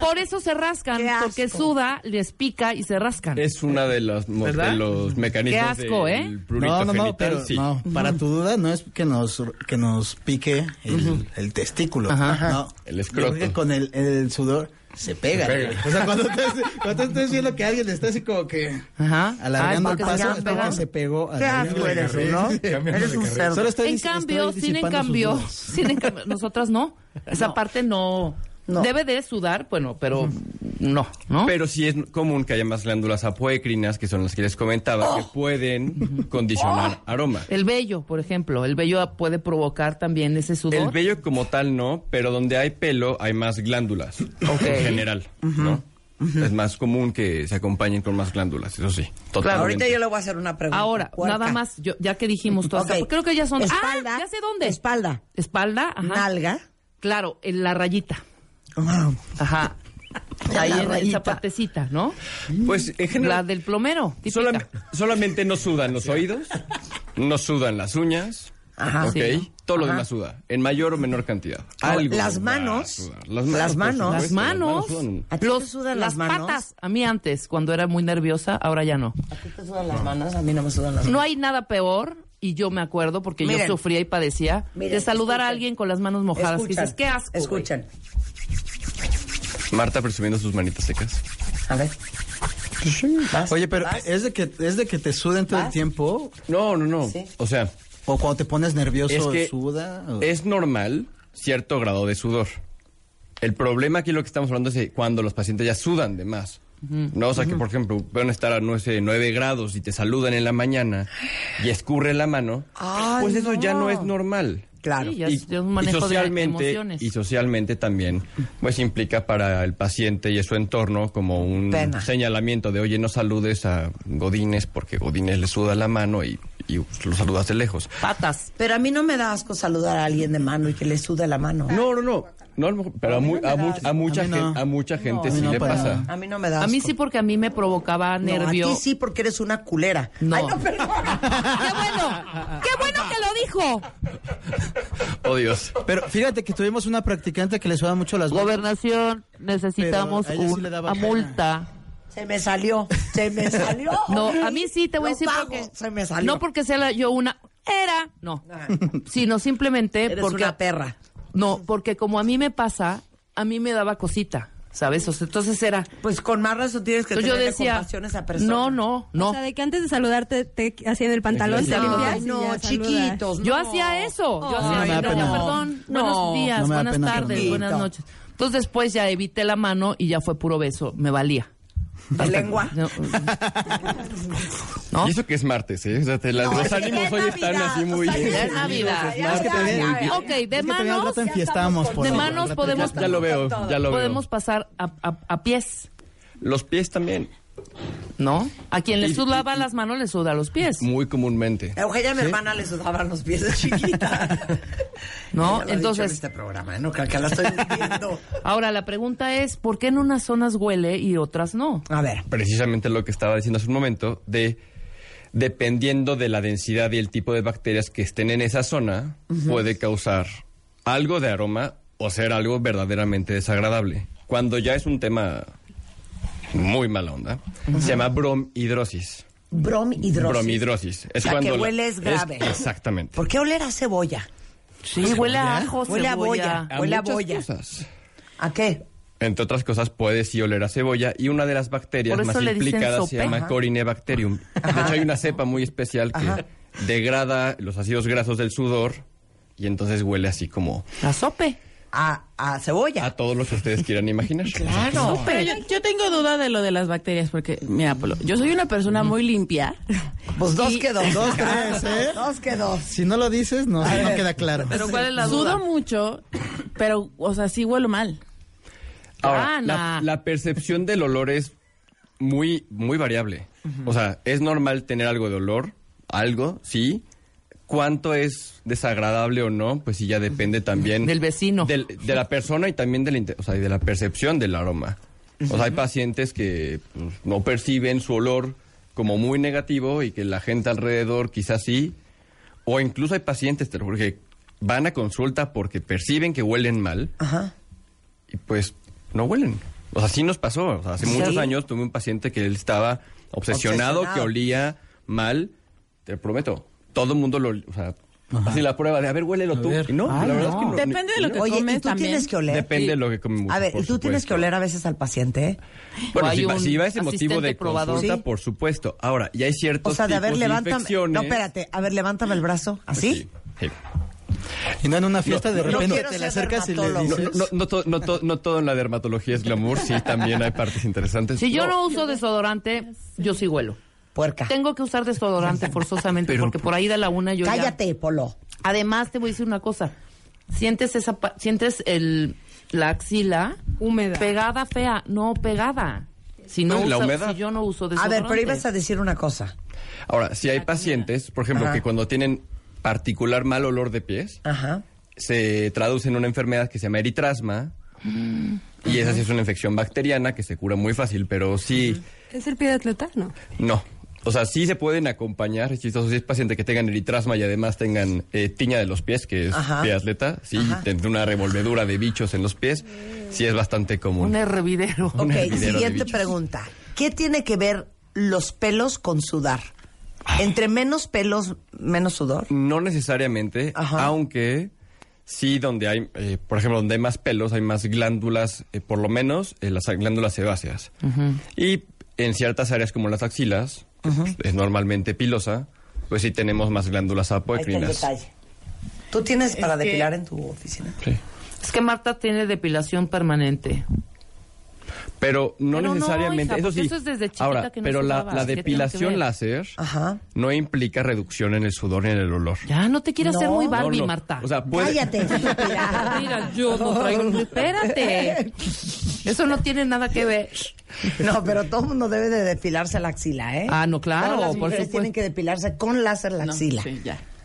[SPEAKER 7] Por eso se rascan,
[SPEAKER 4] Qué asco.
[SPEAKER 7] porque suda, les pica y se rascan.
[SPEAKER 3] Es una de las mo-
[SPEAKER 7] ¿Verdad?
[SPEAKER 3] de los mecanismos
[SPEAKER 7] Qué asco,
[SPEAKER 3] del
[SPEAKER 7] ¿eh?
[SPEAKER 3] prurito
[SPEAKER 5] no, no, no,
[SPEAKER 3] genital,
[SPEAKER 5] pero
[SPEAKER 3] sí.
[SPEAKER 5] no, para tu duda no es que nos que nos pique el, el testículo, no,
[SPEAKER 3] El
[SPEAKER 5] Yo
[SPEAKER 3] escroto.
[SPEAKER 5] creo que con el, el sudor se pega.
[SPEAKER 3] Se pega.
[SPEAKER 5] O sea, cuando estás, cuando estás viendo que alguien está así como que
[SPEAKER 4] Ah,
[SPEAKER 7] Ajá.
[SPEAKER 5] alargando
[SPEAKER 7] Ay,
[SPEAKER 5] el
[SPEAKER 7] porque se
[SPEAKER 5] paso, es
[SPEAKER 7] llaman
[SPEAKER 5] porque
[SPEAKER 7] pegados.
[SPEAKER 5] se pegó.
[SPEAKER 4] Qué
[SPEAKER 5] al-
[SPEAKER 4] asco eres, ¿no? Eres un cerdo.
[SPEAKER 5] Solo estoy
[SPEAKER 7] en
[SPEAKER 5] dis-
[SPEAKER 7] cambio,
[SPEAKER 5] estoy
[SPEAKER 7] sin en
[SPEAKER 5] disipando sus
[SPEAKER 7] cambio, (laughs)
[SPEAKER 5] dudas.
[SPEAKER 7] sin en cambio, nosotras no. Esa parte no.
[SPEAKER 4] No.
[SPEAKER 7] Debe de sudar, bueno, pero no, ¿no?
[SPEAKER 3] Pero sí es común que haya más glándulas apoecrinas, que son las que les comentaba, que pueden condicionar aroma.
[SPEAKER 7] Oh. El vello, por ejemplo, el vello puede provocar también ese sudor.
[SPEAKER 3] El vello como tal no, pero donde hay pelo hay más glándulas en general, ¿no? Es más común que se acompañen con más glándulas, eso sí.
[SPEAKER 4] Claro, ahorita
[SPEAKER 3] Totalmente.
[SPEAKER 4] yo le voy a hacer una pregunta.
[SPEAKER 7] Ahora,
[SPEAKER 4] Puerca.
[SPEAKER 7] nada más, yo- ya que dijimos todo
[SPEAKER 4] Ok.
[SPEAKER 7] esto, creo que ya son.
[SPEAKER 4] Espalda,
[SPEAKER 7] ¡Ah! Ya sé dónde.
[SPEAKER 4] Espalda,
[SPEAKER 7] Espalda, ajá.
[SPEAKER 4] nalga.
[SPEAKER 7] Claro, en la rayita. Ajá. Ahí en esa partecita, ¿no?
[SPEAKER 3] Pues en
[SPEAKER 7] La
[SPEAKER 3] general
[SPEAKER 7] del plomero. típica.
[SPEAKER 3] solam- solamente no sudan los oídos, no sudan las uñas.
[SPEAKER 4] Ajá.
[SPEAKER 3] ok,
[SPEAKER 7] sí,
[SPEAKER 3] todo lo demás suda, en mayor o menor cantidad.
[SPEAKER 4] Ahora,
[SPEAKER 3] Algo
[SPEAKER 4] las
[SPEAKER 3] va a
[SPEAKER 4] manos,
[SPEAKER 3] sudar.
[SPEAKER 4] las
[SPEAKER 3] por
[SPEAKER 4] manos.
[SPEAKER 3] supuesto,
[SPEAKER 7] Las manos.
[SPEAKER 3] sudan.
[SPEAKER 4] ¿A ti te sudan las manos?
[SPEAKER 7] patas. A mí antes, cuando era muy nerviosa, ahora ya no.
[SPEAKER 4] ¿A ti te sudan las manos? A mí no me sudan las manos.
[SPEAKER 7] No hay nada peor, y yo me acuerdo porque
[SPEAKER 4] Miren.
[SPEAKER 7] yo sufría y padecía,
[SPEAKER 4] Miren,
[SPEAKER 7] de saludar a
[SPEAKER 4] escuchen.
[SPEAKER 7] alguien con las manos mojadas. Que dices, qué asco. güey".
[SPEAKER 4] Escuchen.
[SPEAKER 3] Marta presumiendo sus manitas secas.
[SPEAKER 4] A ver. ¿Vas?
[SPEAKER 5] Oye, pero
[SPEAKER 4] ¿Vas?
[SPEAKER 5] ¿es de, que, ¿es de que te suden todo el
[SPEAKER 4] ¿Vas?
[SPEAKER 5] tiempo?
[SPEAKER 3] No, no, no.
[SPEAKER 4] Sí.
[SPEAKER 3] O sea,
[SPEAKER 5] ¿O cuando te pones nervioso
[SPEAKER 3] es que
[SPEAKER 5] suda? o- (laughs)
[SPEAKER 3] es normal cierto grado de sudor. El problema aquí lo que estamos hablando es de cuando los pacientes ya sudan de más. No, o sea que por ejemplo pueden estar a no sé, 9 grados y te saludan en la mañana y escurre la mano, pues eso ya no es normal.
[SPEAKER 4] Claro.
[SPEAKER 7] Sí, ya es- ya es un manejo de emociones.
[SPEAKER 3] y socialmente también pues implica para el paciente y su entorno como un
[SPEAKER 4] Pena.
[SPEAKER 3] señalamiento de oye no saludes a Godines porque Godines le suda la mano y, y lo saludas de lejos.
[SPEAKER 7] Patas.
[SPEAKER 4] Pero a mí no me da asco saludar a alguien de mano y que le sude la mano.
[SPEAKER 3] No, no, no. No, a lo mejor- pero a, mu- a, mu- a mucha
[SPEAKER 5] A mí no.
[SPEAKER 3] gente, a mucha gente
[SPEAKER 5] a mí
[SPEAKER 3] sí
[SPEAKER 5] no
[SPEAKER 3] le
[SPEAKER 5] para
[SPEAKER 3] pasa.
[SPEAKER 5] nada.
[SPEAKER 4] A mí no me da
[SPEAKER 7] A
[SPEAKER 4] asco.
[SPEAKER 7] mí sí porque a mí me provocaba
[SPEAKER 4] No,
[SPEAKER 7] nervio.
[SPEAKER 4] A ti sí porque eres una culera.
[SPEAKER 7] No.
[SPEAKER 4] Ay, no, perdón.
[SPEAKER 7] ¡Qué bueno! ¡Qué bueno que lo dijo!
[SPEAKER 3] Oh, Dios.
[SPEAKER 5] Pero fíjate que tuvimos una practicante que le sudan mucho las manos.
[SPEAKER 7] Gobernación, necesitamos
[SPEAKER 5] Pero a ella sí
[SPEAKER 7] un-
[SPEAKER 5] le daba
[SPEAKER 7] a
[SPEAKER 5] pena.
[SPEAKER 7] multa.
[SPEAKER 4] Se me salió. Se
[SPEAKER 7] (laughs)
[SPEAKER 4] me salió.
[SPEAKER 7] No, a mí sí te voy a
[SPEAKER 4] Lo
[SPEAKER 7] decir
[SPEAKER 4] pago,
[SPEAKER 7] porque
[SPEAKER 4] Se me salió. Ah.
[SPEAKER 7] no porque sea la- yo una era, no, sino simplemente
[SPEAKER 4] Eres
[SPEAKER 7] porque
[SPEAKER 4] una perra.
[SPEAKER 7] no, porque como a mí me pasa, a mí me daba cosita, ¿sabes? O sea, entonces era
[SPEAKER 4] Pues con más razón tienes que
[SPEAKER 7] entonces yo
[SPEAKER 4] tenerle
[SPEAKER 7] decía,
[SPEAKER 4] compasión a esa persona.
[SPEAKER 7] no, no, no.
[SPEAKER 9] O sea, de que antes de saludarte te hacían el pantalón, te
[SPEAKER 7] Ay,
[SPEAKER 9] limpias.
[SPEAKER 4] Ay,
[SPEAKER 9] y
[SPEAKER 4] pues no,
[SPEAKER 9] ya saludas.
[SPEAKER 4] chiquitos.
[SPEAKER 7] Yo
[SPEAKER 4] no.
[SPEAKER 7] hacía eso. Yo hacía
[SPEAKER 5] no me da
[SPEAKER 7] eso.
[SPEAKER 5] pena.
[SPEAKER 7] Ya, perdón.
[SPEAKER 4] No.
[SPEAKER 7] Buenos días,
[SPEAKER 5] No me da
[SPEAKER 7] buenas
[SPEAKER 5] pena,
[SPEAKER 7] tardes,
[SPEAKER 4] Fernando.
[SPEAKER 7] buenas noches. Entonces después ya evité la mano y ya fue puro beso. Me valía.
[SPEAKER 4] ¿De lengua? (laughs)
[SPEAKER 7] No, ¿No?
[SPEAKER 3] Y eso que es martes, ¿eh? O sea, te- las, los
[SPEAKER 4] es que ya
[SPEAKER 3] ánimos
[SPEAKER 4] es
[SPEAKER 3] hoy están
[SPEAKER 4] Navidad,
[SPEAKER 3] así muy...
[SPEAKER 4] o sea,
[SPEAKER 7] Ya es Navidad.
[SPEAKER 4] Ya,
[SPEAKER 5] Es Pues, que
[SPEAKER 4] ya,
[SPEAKER 5] te vean-
[SPEAKER 4] ya, ya.
[SPEAKER 7] Ok, de
[SPEAKER 5] es que te vean
[SPEAKER 7] manos,
[SPEAKER 5] rato
[SPEAKER 7] ya
[SPEAKER 5] enfiestamos, por
[SPEAKER 7] De
[SPEAKER 5] favor,
[SPEAKER 7] manos
[SPEAKER 5] rato
[SPEAKER 7] podemos-
[SPEAKER 3] Ya lo veo, ya lo
[SPEAKER 7] Podemos
[SPEAKER 3] veo.
[SPEAKER 7] pasar a, a- a pies,
[SPEAKER 3] Los pies también,
[SPEAKER 7] ¿no? A quien le
[SPEAKER 3] Y-
[SPEAKER 7] sudaba las manos, le suda los pies,
[SPEAKER 3] muy comúnmente.
[SPEAKER 4] Eugenia, mi hermana, le sudaban los pies
[SPEAKER 7] (laughs)
[SPEAKER 4] de chiquita. Ya lo he
[SPEAKER 7] ¿no?
[SPEAKER 4] dicho en
[SPEAKER 7] Entonces,
[SPEAKER 4] este programa, ¿eh? no creo que la estoy viendo.
[SPEAKER 7] ahora la pregunta es, ¿por qué en unas zonas huele y otras no?
[SPEAKER 4] A ver.
[SPEAKER 3] Precisamente lo que estaba diciendo hace un momento, de dependiendo de la densidad y el tipo de bacterias que estén en esa zona, puede causar algo de aroma o ser algo verdaderamente desagradable. Cuando ya es un tema muy mala onda, se llama bromhidrosis.
[SPEAKER 4] Bromhidrosis.
[SPEAKER 3] Bromhidrosis. Es
[SPEAKER 4] La
[SPEAKER 3] cuando
[SPEAKER 4] que
[SPEAKER 3] la-
[SPEAKER 4] huele es grave.
[SPEAKER 3] exactamente.
[SPEAKER 4] ¿Por qué oler a cebolla?
[SPEAKER 7] Sí, huele a ajo,
[SPEAKER 4] Huele a
[SPEAKER 7] cebolla.
[SPEAKER 4] boya. huele a
[SPEAKER 3] muchas
[SPEAKER 4] boya.
[SPEAKER 3] cosas.
[SPEAKER 4] ¿A qué?
[SPEAKER 3] Entre otras cosas, puede sí oler a cebolla y una de las bacterias
[SPEAKER 7] Por eso
[SPEAKER 3] más
[SPEAKER 7] le dicen
[SPEAKER 3] implicadas se
[SPEAKER 7] sope.
[SPEAKER 3] llama
[SPEAKER 7] Ajá.
[SPEAKER 3] Corinebacterium. De hecho, hay una cepa muy especial que degrada los ácidos grasos del sudor y entonces huele así como
[SPEAKER 7] La sope.
[SPEAKER 4] A, a cebolla.
[SPEAKER 3] a todo lo que ustedes quieran imaginar.
[SPEAKER 4] (laughs) claro.
[SPEAKER 10] Pero yo, yo tengo duda de lo de las bacterias, porque, mira, Polo, yo soy una persona muy limpia.
[SPEAKER 4] Pues dos que dos.
[SPEAKER 5] Dos, tres, ¿eh?
[SPEAKER 4] Dos que dos.
[SPEAKER 5] Si no lo dices, no, no queda claro.
[SPEAKER 7] Pero ¿cuál es la
[SPEAKER 10] Sudo
[SPEAKER 7] duda?
[SPEAKER 10] mucho, pero, o sea, sí huelo mal.
[SPEAKER 3] Ahora,
[SPEAKER 7] Ana.
[SPEAKER 3] la, la percepción del olor es muy, muy variable. O sea, es normal tener algo de olor, algo, sí. Cuánto es desagradable o no, pues sí ya depende también
[SPEAKER 7] Del vecino.
[SPEAKER 3] del- de la persona y también del, inte- o sea, y de la percepción del aroma. O sea, hay pacientes que pues, no perciben su olor como muy negativo y que la gente alrededor quizás sí. O incluso hay pacientes, te lo juro, que van a consulta porque perciben que huelen mal
[SPEAKER 4] Ajá.
[SPEAKER 3] y pues no huelen. O sea, sí nos pasó. O sea, hace
[SPEAKER 4] Sí.
[SPEAKER 3] muchos años tuve un paciente que él estaba obsesionado,
[SPEAKER 4] Obsesionado.
[SPEAKER 3] que olía mal. Te prometo, todo el mundo lo... O sea, así la prueba de, a ver, huélelo tú.
[SPEAKER 5] ver.
[SPEAKER 3] Y no,
[SPEAKER 5] Ah,
[SPEAKER 3] la verdad
[SPEAKER 5] no.
[SPEAKER 3] es que no.
[SPEAKER 10] Depende de lo que
[SPEAKER 4] Oye, ¿y
[SPEAKER 10] comes
[SPEAKER 4] tú
[SPEAKER 10] también.
[SPEAKER 4] tienes que oler?
[SPEAKER 3] Depende de lo que comemos,
[SPEAKER 4] A ver, ¿y
[SPEAKER 3] por
[SPEAKER 4] tú tienes
[SPEAKER 3] supuesto.
[SPEAKER 4] que oler a veces al paciente, ¿eh?
[SPEAKER 3] Bueno,
[SPEAKER 7] O hay
[SPEAKER 3] si, va-
[SPEAKER 7] un
[SPEAKER 3] si va ese motivo
[SPEAKER 7] asistente
[SPEAKER 3] de
[SPEAKER 7] probador.
[SPEAKER 3] consulta,
[SPEAKER 4] Sí.
[SPEAKER 3] por supuesto. Ahora, ya hay ciertos
[SPEAKER 4] O sea, de a ver,
[SPEAKER 3] tipos de
[SPEAKER 4] levántame.
[SPEAKER 3] infecciones.
[SPEAKER 4] No, espérate. A ver, levántame el brazo.
[SPEAKER 3] Pues
[SPEAKER 4] ¿Así?
[SPEAKER 3] sí, sí.
[SPEAKER 5] Y no en una fiesta
[SPEAKER 3] No,
[SPEAKER 5] de
[SPEAKER 3] no,
[SPEAKER 5] repente
[SPEAKER 3] no,
[SPEAKER 5] te
[SPEAKER 3] no,
[SPEAKER 5] le acercas y le
[SPEAKER 3] no,
[SPEAKER 5] dices...
[SPEAKER 3] no, no to- no to- no todo en la dermatología es glamour, sí, también hay partes interesantes.
[SPEAKER 7] Si yo no uso desodorante, yo sí huelo.
[SPEAKER 4] Puerca.
[SPEAKER 7] Tengo que usar desodorante
[SPEAKER 4] (laughs)
[SPEAKER 7] forzosamente porque por ahí de la una yo ya-
[SPEAKER 4] Cállate, Polo.
[SPEAKER 7] Además, te voy a decir una cosa. Sientes esa pa- sientes el la axila húmeda. Pegada fea, no pegada. Si no
[SPEAKER 3] Pues, la
[SPEAKER 7] usa-
[SPEAKER 3] humedad.
[SPEAKER 7] si yo no uso
[SPEAKER 4] A
[SPEAKER 7] desodorante.
[SPEAKER 4] ver, pero ibas a decir una cosa.
[SPEAKER 3] Ahora, si hay pacientes, por ejemplo,
[SPEAKER 4] Ajá.
[SPEAKER 3] que cuando tienen particular mal olor de pies,
[SPEAKER 4] Ajá.
[SPEAKER 3] se traduce en una enfermedad que se llama eritrasma. Y esa sí es una infección bacteriana que se cura muy fácil, pero sí...
[SPEAKER 8] ¿Es el pie de atleta? No.
[SPEAKER 3] No. O sea, sí se pueden acompañar, es chistoso, si es paciente que tengan eritrasma y además tengan eh, tiña de los pies, que es
[SPEAKER 7] Ajá.
[SPEAKER 3] pie atleta, sí,
[SPEAKER 7] Ajá.
[SPEAKER 3] tener una revolvedura de bichos en los pies, sí es bastante común.
[SPEAKER 7] Un hervidero.
[SPEAKER 3] Un
[SPEAKER 4] Ok,
[SPEAKER 3] hervidero de
[SPEAKER 4] siguiente
[SPEAKER 3] bichos.
[SPEAKER 4] pregunta. ¿Qué tiene que ver los pelos con sudar? Entre menos pelos, menos sudor.
[SPEAKER 3] No necesariamente, aunque sí donde hay, eh, por ejemplo, donde hay más pelos, hay más glándulas, eh, por lo menos eh, las glándulas sebáceas. Y en ciertas áreas como las axilas, que es normalmente pilosa, pues sí tenemos más glándulas
[SPEAKER 4] Ahí está el
[SPEAKER 3] apoecrinas.
[SPEAKER 4] detalle. ¿Tú tienes para
[SPEAKER 7] que-
[SPEAKER 4] depilar en tu oficina?
[SPEAKER 7] Es que Marta tiene depilación permanente.
[SPEAKER 3] Pero no
[SPEAKER 7] Pero no,
[SPEAKER 3] necesariamente,
[SPEAKER 7] hija,
[SPEAKER 3] eso
[SPEAKER 7] porque
[SPEAKER 3] sí.
[SPEAKER 7] eso es desde chiquita
[SPEAKER 3] Ahora,
[SPEAKER 7] que no
[SPEAKER 3] pero la,
[SPEAKER 7] sudabas,
[SPEAKER 3] la
[SPEAKER 7] ¿qué tiene que ver?
[SPEAKER 3] depilación láser no implica reducción en el sudor ni en el olor.
[SPEAKER 7] Ya, no te quieras
[SPEAKER 3] No.
[SPEAKER 7] hacer muy Barbie,
[SPEAKER 3] No, no.
[SPEAKER 7] Marta.
[SPEAKER 4] (laughs)
[SPEAKER 3] O sea, puede- Cállate,
[SPEAKER 7] estúpida. Ah, Mira, yo no
[SPEAKER 3] (laughs)
[SPEAKER 7] traigo... Espérate. Eso no tiene nada que ver.
[SPEAKER 4] No, pero todo el mundo debe de depilarse la axila, ¿eh?
[SPEAKER 7] Ah, no, claro,
[SPEAKER 4] Todas las
[SPEAKER 7] por
[SPEAKER 4] mujeres
[SPEAKER 7] supuesto.
[SPEAKER 4] tienen que depilarse con láser la axila.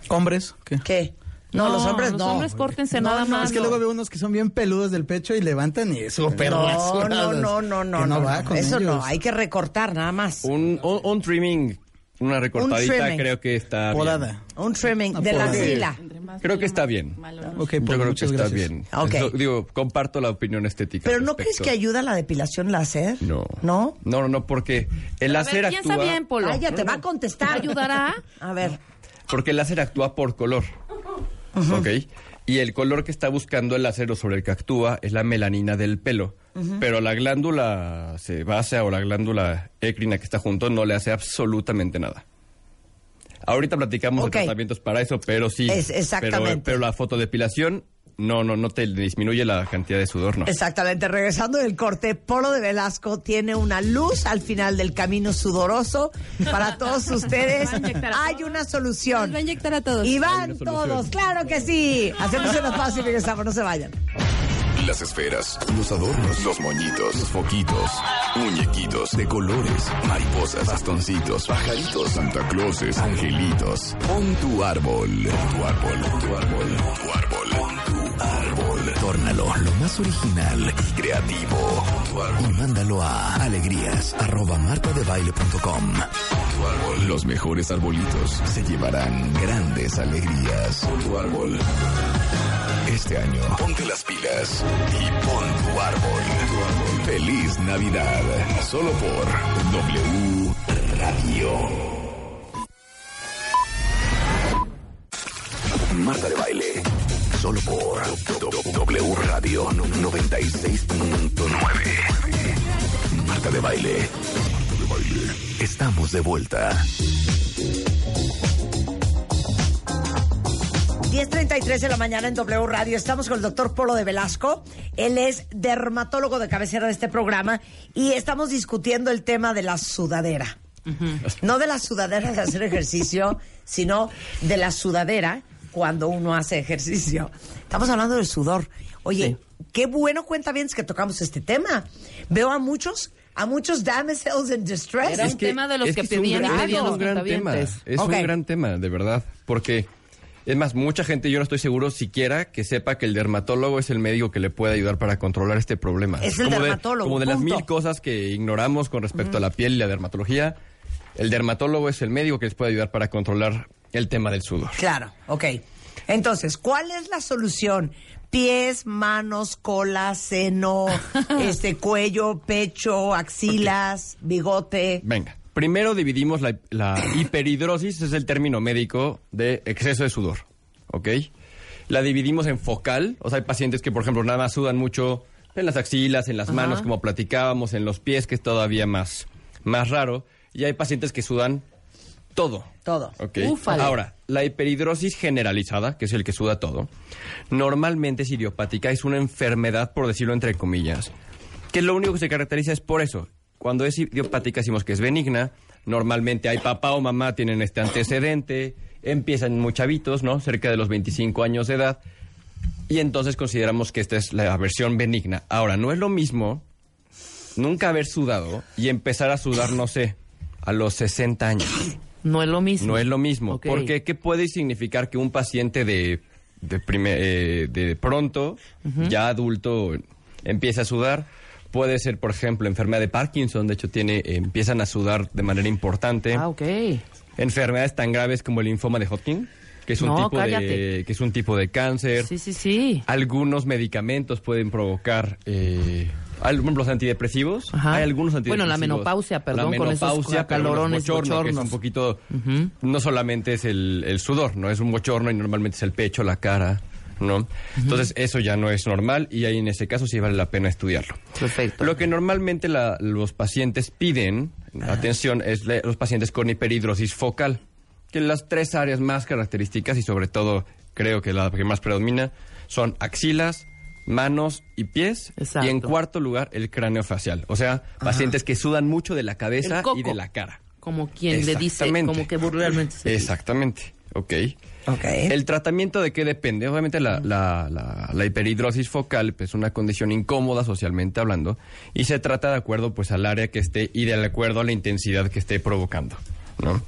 [SPEAKER 5] ¿Hombres? ¿Qué?
[SPEAKER 4] No, los hombres no.
[SPEAKER 7] córtense
[SPEAKER 5] No,
[SPEAKER 7] nada
[SPEAKER 5] no,
[SPEAKER 7] más.
[SPEAKER 5] Es que luego veo unos que son bien peludos del pecho y levantan y es súper
[SPEAKER 4] No, no,
[SPEAKER 5] rasurados.
[SPEAKER 4] no, no, no,
[SPEAKER 5] Que
[SPEAKER 4] no,
[SPEAKER 5] va
[SPEAKER 4] no.
[SPEAKER 5] con
[SPEAKER 4] Eso no,
[SPEAKER 5] ellos.
[SPEAKER 4] hay que recortar nada más.
[SPEAKER 3] Un, un, un trimming, una recortadita,
[SPEAKER 4] trimming.
[SPEAKER 3] creo que está bien.
[SPEAKER 4] Un trimming de la
[SPEAKER 3] Sí.
[SPEAKER 4] axila.
[SPEAKER 3] Creo que está bien.
[SPEAKER 5] Okay,
[SPEAKER 3] Yo creo que está bien.
[SPEAKER 4] Pues Ah, ok.
[SPEAKER 3] Es lo- digo, comparto la opinión estética.
[SPEAKER 4] Pero
[SPEAKER 3] al
[SPEAKER 4] ¿no crees
[SPEAKER 3] respecto.
[SPEAKER 4] que ayuda la depilación láser?
[SPEAKER 3] No.
[SPEAKER 4] ¿No?
[SPEAKER 3] No, no, no, porque el láser actúa.
[SPEAKER 4] Ay, ya te va a contestar.
[SPEAKER 7] ¿Ayudará?
[SPEAKER 4] A ver.
[SPEAKER 3] Porque el láser actúa por color. ¿Ok? Y el color que está buscando el láser o sobre el que actúa es la melanina del pelo.
[SPEAKER 1] Ujú.
[SPEAKER 3] Pero la glándula sebácea o la glándula écrina que está junto no le hace absolutamente nada. Ahorita platicamos
[SPEAKER 4] Ok.
[SPEAKER 3] de tratamientos para eso, pero sí.
[SPEAKER 4] Es- exactamente.
[SPEAKER 3] Pero, pero la fotodepilación, no, no, no te disminuye la cantidad de sudor, no.
[SPEAKER 4] Exactamente, regresando del corte, Polo de Velasco tiene una luz al final del camino sudoroso para (laughs) todos ustedes. Hay una solución. Va a inyectar a todos. Y van todos, claro que sí. Hacemos una pausa y regresamos, no se vayan.
[SPEAKER 1] Las esferas, los adornos, los moñitos, los foquitos, muñequitos de colores, mariposas, bastoncitos, pajaritos, Santa Clauses, angelitos. Pon tu árbol, pon tu árbol, pon tu árbol, pon tu árbol, pon tu árbol. Tórnalo lo más original y creativo. Pon tu árbol. Y mándalo a alegrías arroba martadebaile.com. Pon tu árbol. Los mejores arbolitos se llevarán grandes alegrías. Pon tu árbol. Este año, ponte las pilas y pon tu árbol. Feliz Navidad, solo por W Radio. Marta de baile, solo por W Radio 96.9. Marta de baile. Estamos de vuelta.
[SPEAKER 4] 10.33 de la mañana en W Radio. Estamos con el doctor Polo de Velasco. Él es dermatólogo de cabecera de este programa y estamos discutiendo el tema de la sudadera. No de la sudadera de hacer ejercicio, sino de la sudadera cuando uno hace ejercicio. Estamos hablando del sudor. Oye, qué bueno cuenta bien que tocamos este tema. Veo a muchos, a muchos damsels in distress.
[SPEAKER 7] Era un Es que- tema de los es que que es un pedían y gran- pedían
[SPEAKER 3] es
[SPEAKER 7] los
[SPEAKER 3] un gran tema.
[SPEAKER 7] cuentavientes.
[SPEAKER 3] Es
[SPEAKER 7] Ok.
[SPEAKER 3] un gran tema, de verdad. Porque, es más, mucha gente, yo no estoy seguro siquiera que sepa que el dermatólogo es el médico que le puede ayudar para controlar este problema.
[SPEAKER 4] Es el
[SPEAKER 3] de-
[SPEAKER 4] dermatólogo,
[SPEAKER 3] como de las
[SPEAKER 4] punto.
[SPEAKER 3] mil cosas que ignoramos con respecto a la piel y la dermatología, el dermatólogo es el médico que les puede ayudar para controlar el tema del sudor.
[SPEAKER 4] Claro, ok. Entonces, ¿cuál es la solución? Pies, manos, cola,
[SPEAKER 3] (laughs)
[SPEAKER 4] seno, este cuello, pecho, axilas, bigote.
[SPEAKER 3] Venga. Primero dividimos la, la hiperhidrosis, es el término médico de exceso de sudor, ¿ok? La dividimos en focal, o sea, hay pacientes que, por ejemplo, nada más sudan mucho en las axilas, en las
[SPEAKER 1] Ajá.
[SPEAKER 3] manos, como platicábamos, en los pies, que es todavía más, más raro, y hay pacientes que sudan Todo.
[SPEAKER 4] Todo.
[SPEAKER 3] Ok.
[SPEAKER 4] Ufale.
[SPEAKER 3] Ahora, la hiperhidrosis generalizada, que es el que suda todo, normalmente es idiopática, es una enfermedad, por decirlo entre comillas, que lo único que se caracteriza es por eso. Cuando es idiopática decimos que es benigna, normalmente hay papá o mamá tienen este antecedente, empiezan muy chavitos, ¿no? Cerca de los 25 años de edad, y entonces consideramos que esta es la versión benigna. Ahora, no es lo mismo nunca haber sudado y empezar a sudar, no sé, a los 60 años.
[SPEAKER 7] No es lo mismo.
[SPEAKER 3] No es lo mismo.
[SPEAKER 7] Ok.
[SPEAKER 3] Porque, ¿qué puede significar que un paciente de, de, prime- eh, de pronto, ya adulto, empiece a sudar? Puede ser, por ejemplo, enfermedad de Parkinson, de hecho, tiene, eh, empiezan a sudar de manera importante.
[SPEAKER 7] Ah, ok.
[SPEAKER 3] Enfermedades tan graves como el linfoma de Hodgkin, que es un
[SPEAKER 7] No,
[SPEAKER 3] tipo
[SPEAKER 7] cállate.
[SPEAKER 3] de que es un tipo de cáncer.
[SPEAKER 7] Sí, sí, sí.
[SPEAKER 3] Algunos medicamentos pueden provocar eh, al- por ejemplo, los antidepresivos. Hay algunos antidepresivos.
[SPEAKER 7] Bueno, la menopausia, perdón,
[SPEAKER 3] La
[SPEAKER 7] con esos
[SPEAKER 3] menopausia, pero los
[SPEAKER 7] calorones,
[SPEAKER 3] bochornos, que es un
[SPEAKER 7] bochornos.
[SPEAKER 3] poquito no solamente es el, el sudor, ¿no? Es un bochorno y normalmente es el pecho, la cara, ¿no? Entonces, eso ya no es normal y ahí en ese caso sí vale la pena estudiarlo.
[SPEAKER 7] Perfecto.
[SPEAKER 3] Lo que normalmente la- los pacientes piden, atención, es le- los pacientes con hiperhidrosis focal, que las tres áreas más características y sobre todo creo que la que más predomina son axilas, manos y pies. Y en cuarto lugar, el cráneo facial. O sea, pacientes que sudan mucho de la cabeza
[SPEAKER 7] El coco.
[SPEAKER 3] y de la cara.
[SPEAKER 7] Como quien le dice,
[SPEAKER 3] Exactamente.
[SPEAKER 7] como que vulgarmente. se-
[SPEAKER 3] Exactamente. Ok. ¿El tratamiento de qué depende? Obviamente la, la- la- la hiperhidrosis focal pues, es una condición incómoda socialmente hablando y se trata de acuerdo pues al área que esté y de acuerdo a la intensidad que esté provocando. ¿no?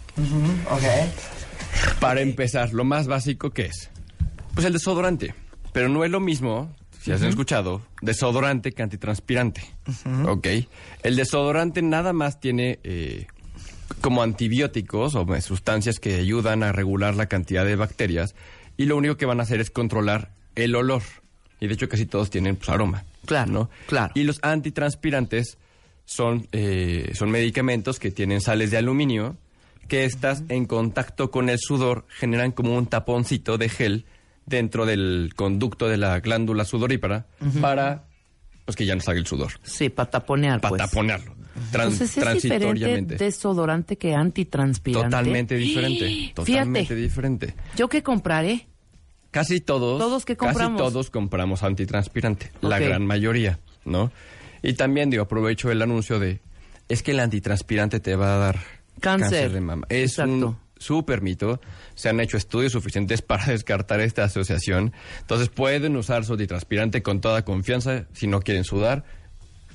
[SPEAKER 3] Para empezar, lo más básico que es, pues el desodorante. Pero no es lo mismo, si has
[SPEAKER 11] Ujú.
[SPEAKER 3] escuchado, desodorante que antitranspirante. Ok. El desodorante nada más tiene eh, como antibióticos o eh, sustancias que ayudan a regular la cantidad de bacterias y lo único que van a hacer es controlar el olor. Y de hecho casi todos tienen pues, aroma. Claro, claro. Y los antitranspirantes son, eh, son medicamentos que tienen sales de aluminio que estas en contacto con el sudor generan como un taponcito de gel dentro del conducto de la glándula sudorípara
[SPEAKER 7] Ujú.
[SPEAKER 3] para pues que ya no salga el sudor.
[SPEAKER 7] Sí, para taponear. pues.
[SPEAKER 3] Para taponearlo. Tran-
[SPEAKER 7] Entonces sí es diferente
[SPEAKER 3] transitoriamente.
[SPEAKER 7] desodorante que antitranspirante.
[SPEAKER 3] Totalmente diferente. Totalmente
[SPEAKER 7] (gasps) Fíjate,
[SPEAKER 3] diferente.
[SPEAKER 7] yo qué compraré.
[SPEAKER 3] Casi todos.
[SPEAKER 7] Todos que compramos.
[SPEAKER 3] Casi todos compramos antitranspirante. La
[SPEAKER 7] Ok.
[SPEAKER 3] gran mayoría, ¿no? Y también, digo, aprovecho el anuncio de. Es que el antitranspirante te va a dar
[SPEAKER 7] Cáncer.
[SPEAKER 3] de mama. Es un súper mito. Se han hecho estudios suficientes para descartar esta asociación. Entonces pueden usar su antitranspirante con toda confianza si no quieren sudar.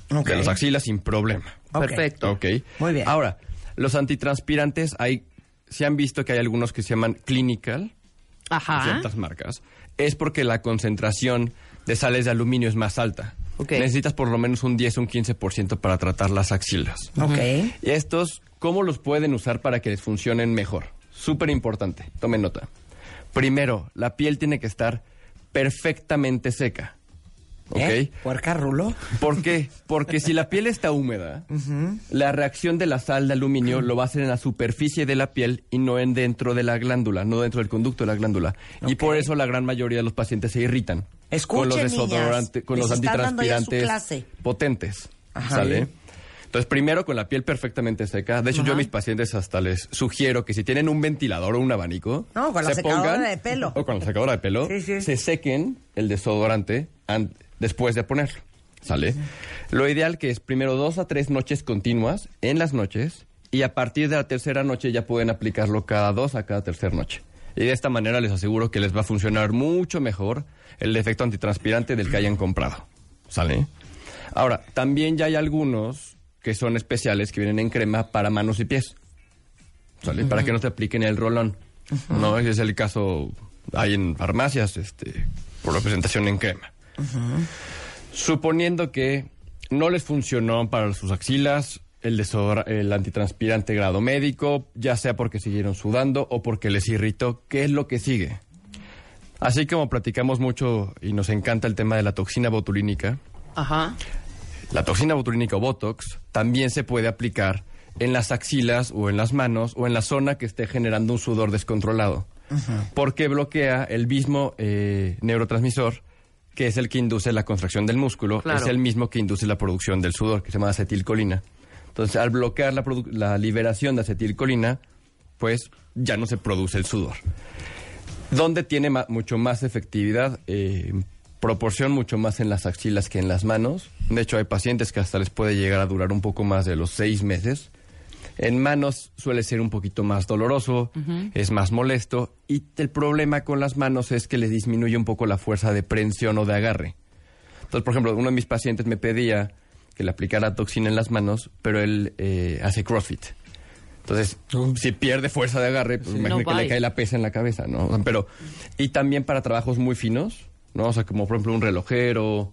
[SPEAKER 3] De las axilas sin problema.
[SPEAKER 4] Ok. Perfecto.
[SPEAKER 3] Ok.
[SPEAKER 4] Muy bien.
[SPEAKER 3] Ahora, los antitranspirantes hay. Se han visto que hay algunos que se llaman clinical
[SPEAKER 7] Ajá.
[SPEAKER 3] ciertas marcas, es porque la concentración de sales de aluminio es más alta.
[SPEAKER 7] Ok.
[SPEAKER 3] Necesitas por lo menos un 10 o un 15% para tratar las axilas.
[SPEAKER 4] Ok.
[SPEAKER 3] Y estos, ¿cómo los pueden usar para que les funcionen mejor? Súper importante, tomen nota. Primero, la piel tiene que estar perfectamente seca. ¿Ok?
[SPEAKER 4] ¿Eh? ¿Puerca rulo?
[SPEAKER 3] ¿Por qué? Porque si la piel está húmeda, la reacción de la sal de aluminio lo va a hacer en la superficie de la piel y no en dentro de la glándula, no dentro del conducto de la glándula. Y por eso la gran mayoría de los pacientes se irritan.
[SPEAKER 4] Escuchen,
[SPEAKER 3] con los
[SPEAKER 4] niñas,
[SPEAKER 3] desodorantes, con
[SPEAKER 4] les
[SPEAKER 3] los
[SPEAKER 4] está dando ya su
[SPEAKER 3] antitranspirantes
[SPEAKER 4] clase.
[SPEAKER 3] potentes.
[SPEAKER 4] Ajá.
[SPEAKER 3] ¿Sale?
[SPEAKER 4] Sí.
[SPEAKER 3] Entonces, primero con la piel perfectamente seca. De hecho, yo a mis pacientes hasta les sugiero que si tienen un ventilador o un abanico,
[SPEAKER 4] No, con la
[SPEAKER 3] se
[SPEAKER 4] secadora
[SPEAKER 3] pongan-
[SPEAKER 4] de pelo.
[SPEAKER 3] O con la secadora de pelo, se sequen el desodorante an- después de ponerlo. ¿Sale? Lo ideal que es primero dos a tres noches continuas en las noches y a partir de la tercera noche ya pueden aplicarlo cada dos a cada tercera noche. Y de esta manera les aseguro que les va a funcionar mucho mejor el efecto antitranspirante del que hayan comprado. ¿Sale? Ahora, también ya hay algunos que son especiales que vienen en crema para manos y pies. ¿Sale? Para que no te apliquen el rolón. No, ese es el caso. Hay en farmacias, este, por la presentación en crema. Suponiendo que no les funcionó para sus axilas el, desodora- el antitranspirante grado médico, ya sea porque siguieron sudando o porque les irritó, ¿qué es lo que sigue? Así como platicamos mucho y nos encanta el tema de la toxina botulínica,
[SPEAKER 7] Ajá.
[SPEAKER 3] la toxina botulínica o Botox también se puede aplicar en las axilas o en las manos o en la zona que esté generando un sudor descontrolado, porque bloquea el mismo eh, neurotransmisor que es el que induce la contracción del músculo,
[SPEAKER 7] Claro.
[SPEAKER 3] es el mismo que induce la producción del sudor, que se llama acetilcolina. Entonces, al bloquear la, produ- la liberación de acetilcolina, después ya no se produce el sudor. ¿Dónde tiene ma- mucho más efectividad? Eh, proporción mucho más en las axilas que en las manos. De hecho, hay pacientes que hasta les puede llegar a durar un poco más de los seis meses. En manos suele ser un poquito más doloroso,
[SPEAKER 11] Ujú.
[SPEAKER 3] es más molesto y el problema con las manos es que les disminuye un poco la fuerza de prensión o de agarre. Entonces, por ejemplo, uno de mis pacientes me pedía que le aplicara toxina en las manos, pero él eh, hace CrossFit. Entonces, si pierde fuerza de agarre, pues
[SPEAKER 12] Sí. No
[SPEAKER 3] imagino que
[SPEAKER 12] bye.
[SPEAKER 3] le cae la pesa en la cabeza, ¿no? O sea, Pero, y también para trabajos muy finos, ¿no? O sea, como por ejemplo un relojero,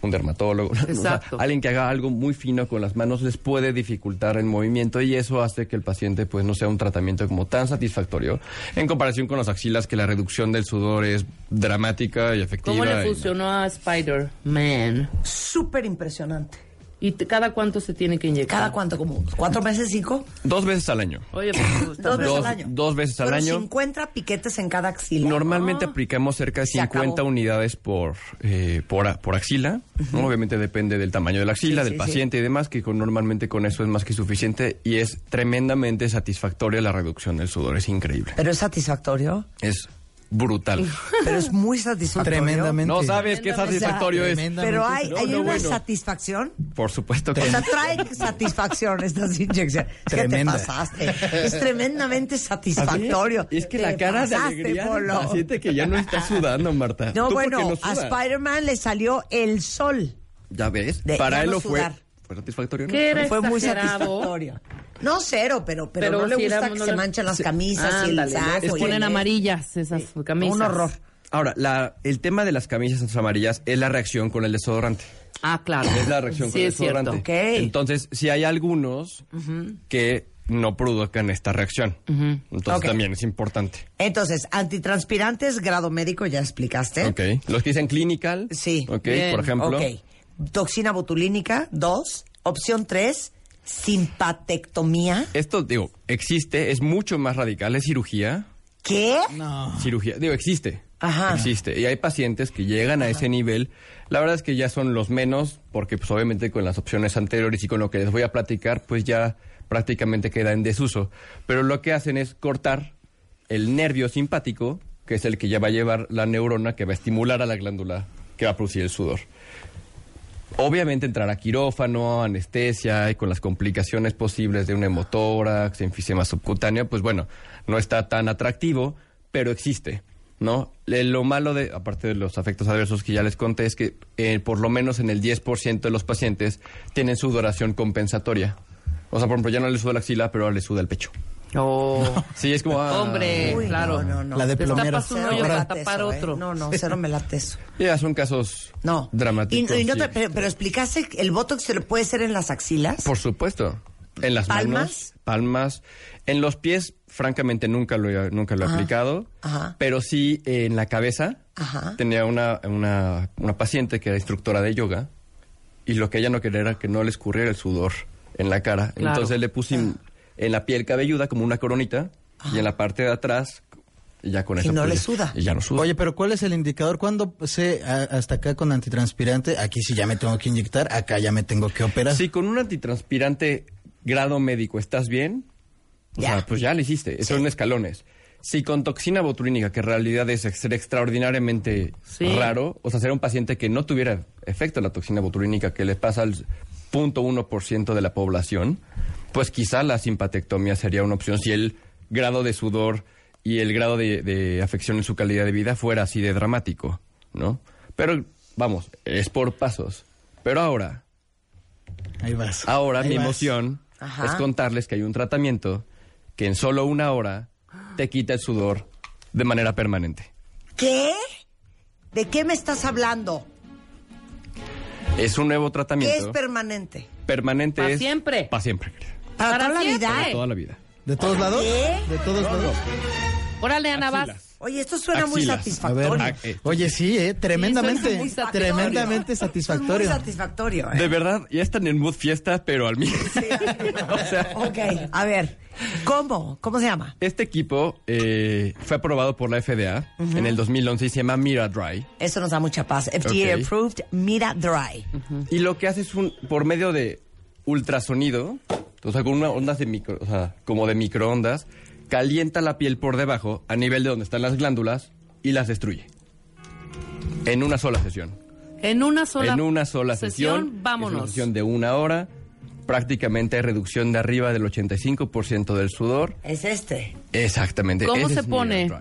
[SPEAKER 3] un dermatólogo, ¿no?
[SPEAKER 7] (laughs)
[SPEAKER 3] O sea, (laughs)
[SPEAKER 12] Exacto.
[SPEAKER 3] alguien que haga algo muy fino con las manos les puede dificultar el movimiento y eso hace que el paciente pues no sea un tratamiento como tan satisfactorio en comparación con las axilas que la reducción del sudor es dramática y efectiva.
[SPEAKER 7] ¿Cómo le
[SPEAKER 3] y-
[SPEAKER 7] funcionó a Spider? Man. Súper impresionante. ¿Y te- cada cuánto se tiene que inyectar? ¿Cada cuánto? ¿Como cuatro meses, cinco?
[SPEAKER 3] Dos veces al año.
[SPEAKER 7] Oye,
[SPEAKER 4] (laughs)
[SPEAKER 7] pues,
[SPEAKER 4] Dos veces al año.
[SPEAKER 3] dos veces al
[SPEAKER 4] Pero
[SPEAKER 3] año.
[SPEAKER 4] 50 piquetes en cada axila.
[SPEAKER 3] Normalmente aplicamos cerca de
[SPEAKER 4] Se acabó.
[SPEAKER 3] 50 unidades por, eh, por, a- por axila. ¿no? Obviamente depende del tamaño de la axila,
[SPEAKER 12] Sí,
[SPEAKER 3] del
[SPEAKER 12] sí,
[SPEAKER 3] paciente y demás, que con, normalmente con eso es más que suficiente y es tremendamente satisfactoria la reducción del sudor. Es increíble.
[SPEAKER 4] Pero es satisfactorio.
[SPEAKER 3] Es
[SPEAKER 4] (laughs)
[SPEAKER 3] brutal.
[SPEAKER 4] Pero es muy satisfactorio.
[SPEAKER 5] Tremendamente.
[SPEAKER 3] No sabes qué satisfactorio es.
[SPEAKER 4] Pero hay,
[SPEAKER 3] No,
[SPEAKER 4] hay
[SPEAKER 3] no,
[SPEAKER 4] una
[SPEAKER 3] bueno.
[SPEAKER 4] satisfacción.
[SPEAKER 3] Por supuesto
[SPEAKER 7] (laughs)
[SPEAKER 3] que
[SPEAKER 4] O sea, trae satisfacción estas inyecciones. Es que te
[SPEAKER 3] Tremenda.
[SPEAKER 4] pasaste. Es tremendamente satisfactorio.
[SPEAKER 3] Es que
[SPEAKER 4] Te
[SPEAKER 3] la cara de
[SPEAKER 4] pasaste,
[SPEAKER 3] alegría del
[SPEAKER 4] Polo.
[SPEAKER 3] paciente que ya no está sudando, Marta.
[SPEAKER 4] No,
[SPEAKER 3] ¿Tú por qué
[SPEAKER 4] bueno, a
[SPEAKER 3] sudas?
[SPEAKER 4] Spider-Man le salió el sol.
[SPEAKER 3] Ya ves,
[SPEAKER 4] de-
[SPEAKER 3] para
[SPEAKER 4] ya
[SPEAKER 3] él
[SPEAKER 4] no
[SPEAKER 3] lo fue.
[SPEAKER 4] sudar.
[SPEAKER 3] ¿Fue satisfactorio? no?
[SPEAKER 4] Fue muy satisfactorio. No cero, pero, pero,
[SPEAKER 7] Pero
[SPEAKER 4] no le
[SPEAKER 7] si
[SPEAKER 4] gusta
[SPEAKER 7] era-
[SPEAKER 4] que
[SPEAKER 7] no
[SPEAKER 4] se
[SPEAKER 7] le-
[SPEAKER 4] manchen las
[SPEAKER 7] Sí.
[SPEAKER 4] camisas y el
[SPEAKER 7] Ándale, ¿no?
[SPEAKER 4] saco.
[SPEAKER 7] Se
[SPEAKER 4] y
[SPEAKER 7] ponen
[SPEAKER 4] el-
[SPEAKER 7] amarillas esas camisas.
[SPEAKER 4] un horror.
[SPEAKER 3] Ahora, la- el tema de las camisas amarillas es la reacción con el desodorante.
[SPEAKER 7] Ah, claro.
[SPEAKER 3] Es la reacción
[SPEAKER 7] Sí,
[SPEAKER 3] con el
[SPEAKER 7] es cierto.
[SPEAKER 3] desodorante. Entonces, si hay algunos
[SPEAKER 4] Ujú.
[SPEAKER 3] que no provocan esta reacción.
[SPEAKER 4] Ujú.
[SPEAKER 3] Entonces
[SPEAKER 4] Ok.
[SPEAKER 3] también es importante.
[SPEAKER 4] Entonces, antitranspirantes, grado médico, ya explicaste.
[SPEAKER 3] Ok. Los que dicen clinical.
[SPEAKER 4] Sí.
[SPEAKER 3] Ok, por ejemplo.
[SPEAKER 4] Ok. Toxina botulínica, dos. Opción tres, simpatectomía.
[SPEAKER 3] Esto, digo, existe, es mucho más radical, es cirugía.
[SPEAKER 4] ¿Qué? No.
[SPEAKER 3] Cirugía, digo, existe.
[SPEAKER 4] Ajá.
[SPEAKER 3] Existe. Y hay pacientes que llegan a ese nivel. La verdad es que ya son los menos, porque pues obviamente con las opciones anteriores y con lo que les voy a platicar, pues ya prácticamente queda en desuso. Pero lo que hacen es cortar el nervio simpático, que es el que ya va a llevar la neurona, que va a estimular a la glándula, que va a producir el sudor. Obviamente entrar a quirófano, anestesia y con las complicaciones posibles de un hemotórax, enfisema subcutáneo, pues bueno, no está tan atractivo, pero existe, ¿no? Le- Lo malo de, aparte de los efectos adversos que ya les conté, es que eh, por lo menos en el 10% de los pacientes tienen sudoración compensatoria. O sea, por ejemplo, ya no le suda la axila, pero ahora le suda el pecho.
[SPEAKER 4] Oh.
[SPEAKER 3] (laughs) Sí, es como... ah,
[SPEAKER 7] Hombre, claro.
[SPEAKER 4] No, no.
[SPEAKER 3] La de
[SPEAKER 4] Te
[SPEAKER 3] plomero.
[SPEAKER 4] tapas un hoyo
[SPEAKER 3] Ahora-
[SPEAKER 4] para tapar otro. No, no, cero me late eso.
[SPEAKER 3] Ya, son casos
[SPEAKER 4] no. Y,
[SPEAKER 3] dramáticos.
[SPEAKER 4] y no te-
[SPEAKER 3] sí.
[SPEAKER 4] pero, pero explicaste, que ¿el botox se lo puede hacer en las axilas?
[SPEAKER 3] Por supuesto. En las
[SPEAKER 4] ¿Palmas?
[SPEAKER 3] manos, palmas. En los pies, francamente, nunca lo he, nunca lo he
[SPEAKER 4] Ajá.
[SPEAKER 3] aplicado.
[SPEAKER 4] Ajá.
[SPEAKER 3] Pero sí eh, en la cabeza.
[SPEAKER 4] Ajá.
[SPEAKER 3] Tenía una, una, una paciente que era instructora de yoga. Y lo que ella no quería era que no le escurriera el sudor en la cara.
[SPEAKER 12] Claro.
[SPEAKER 3] Entonces le puse en- en la piel cabelluda como una coronita. Y en la parte de atrás, y ya con eso. pues, Y ya no suda.
[SPEAKER 5] Oye, pero ¿cuál es el indicador? ¿Cuándo sé a- hasta acá con antitranspirante? Aquí sí ya me tengo que inyectar, acá ya me tengo que operar.
[SPEAKER 3] Si con un antitranspirante grado médico estás bien, o sea, pues ya lo hiciste, son escalones. Si con toxina botulínica, que en realidad es ex- extraordinariamente
[SPEAKER 12] Sí.
[SPEAKER 3] raro, o sea, será un paciente que no tuviera efecto la toxina botulínica, que le pasa al 0.1% de la población, pues quizá la simpatectomía sería una opción si el grado de sudor y el grado de, de afección en su calidad de vida fuera así de dramático, ¿no? Pero vamos, es por pasos. Pero ahora,
[SPEAKER 5] Ahí vas.
[SPEAKER 3] Ahora
[SPEAKER 5] Ahí
[SPEAKER 3] mi
[SPEAKER 5] vas.
[SPEAKER 3] emoción
[SPEAKER 5] Ajá.
[SPEAKER 3] es contarles que hay un tratamiento que en solo una hora te quita el sudor de manera permanente.
[SPEAKER 4] ¿Qué? ¿De qué me estás hablando?
[SPEAKER 3] Es un nuevo
[SPEAKER 4] ¿Qué
[SPEAKER 3] tratamiento.
[SPEAKER 4] es permanente?
[SPEAKER 3] permanente
[SPEAKER 4] ¿Pa'
[SPEAKER 3] es
[SPEAKER 4] siempre?
[SPEAKER 3] Para siempre.
[SPEAKER 4] ¿Para, toda la vida?
[SPEAKER 3] Para toda la vida.
[SPEAKER 5] ¿De todos lados?
[SPEAKER 4] ¿Qué?
[SPEAKER 5] ¿De todos lados?
[SPEAKER 7] Órale, Ana, vas.
[SPEAKER 4] Oye, esto suena muy
[SPEAKER 5] Axilas.
[SPEAKER 4] satisfactorio.
[SPEAKER 3] Ah,
[SPEAKER 5] A ver, oye, sí,
[SPEAKER 4] Sí,
[SPEAKER 5] eh,
[SPEAKER 4] suena
[SPEAKER 5] tremendamente,
[SPEAKER 4] muy satisfactorio.
[SPEAKER 5] tremendamente
[SPEAKER 4] Muy
[SPEAKER 5] satisfactorio.
[SPEAKER 4] satisfactorio. ¿eh?
[SPEAKER 3] De verdad, ya están en mood fiesta, pero al mismo
[SPEAKER 4] Ok, a ver. ¿Cómo? ¿Cómo se llama?
[SPEAKER 3] (laughs) Este equipo eh, fue aprobado por la FDA
[SPEAKER 4] Ujú.
[SPEAKER 3] en el 2011 y se llama Mira Dry.
[SPEAKER 4] Eso nos da mucha paz. FDA
[SPEAKER 3] Ok.
[SPEAKER 4] approved, mira dry.
[SPEAKER 3] Y lo que hace es un, por medio de ultrasonido, o sea, con una onda de micro, o sea, como de microondas, calienta la piel por debajo a nivel de donde están las glándulas y las destruye. En una sola sesión.
[SPEAKER 7] En una sola
[SPEAKER 3] en una sola sesión.
[SPEAKER 7] sesión, vámonos.
[SPEAKER 3] Es una sesión de una hora. Prácticamente hay reducción de arriba del 85% del sudor.
[SPEAKER 4] Es este.
[SPEAKER 3] Exactamente.
[SPEAKER 7] ¿Cómo
[SPEAKER 3] ese
[SPEAKER 7] se
[SPEAKER 3] es mi
[SPEAKER 7] pone?
[SPEAKER 3] dry.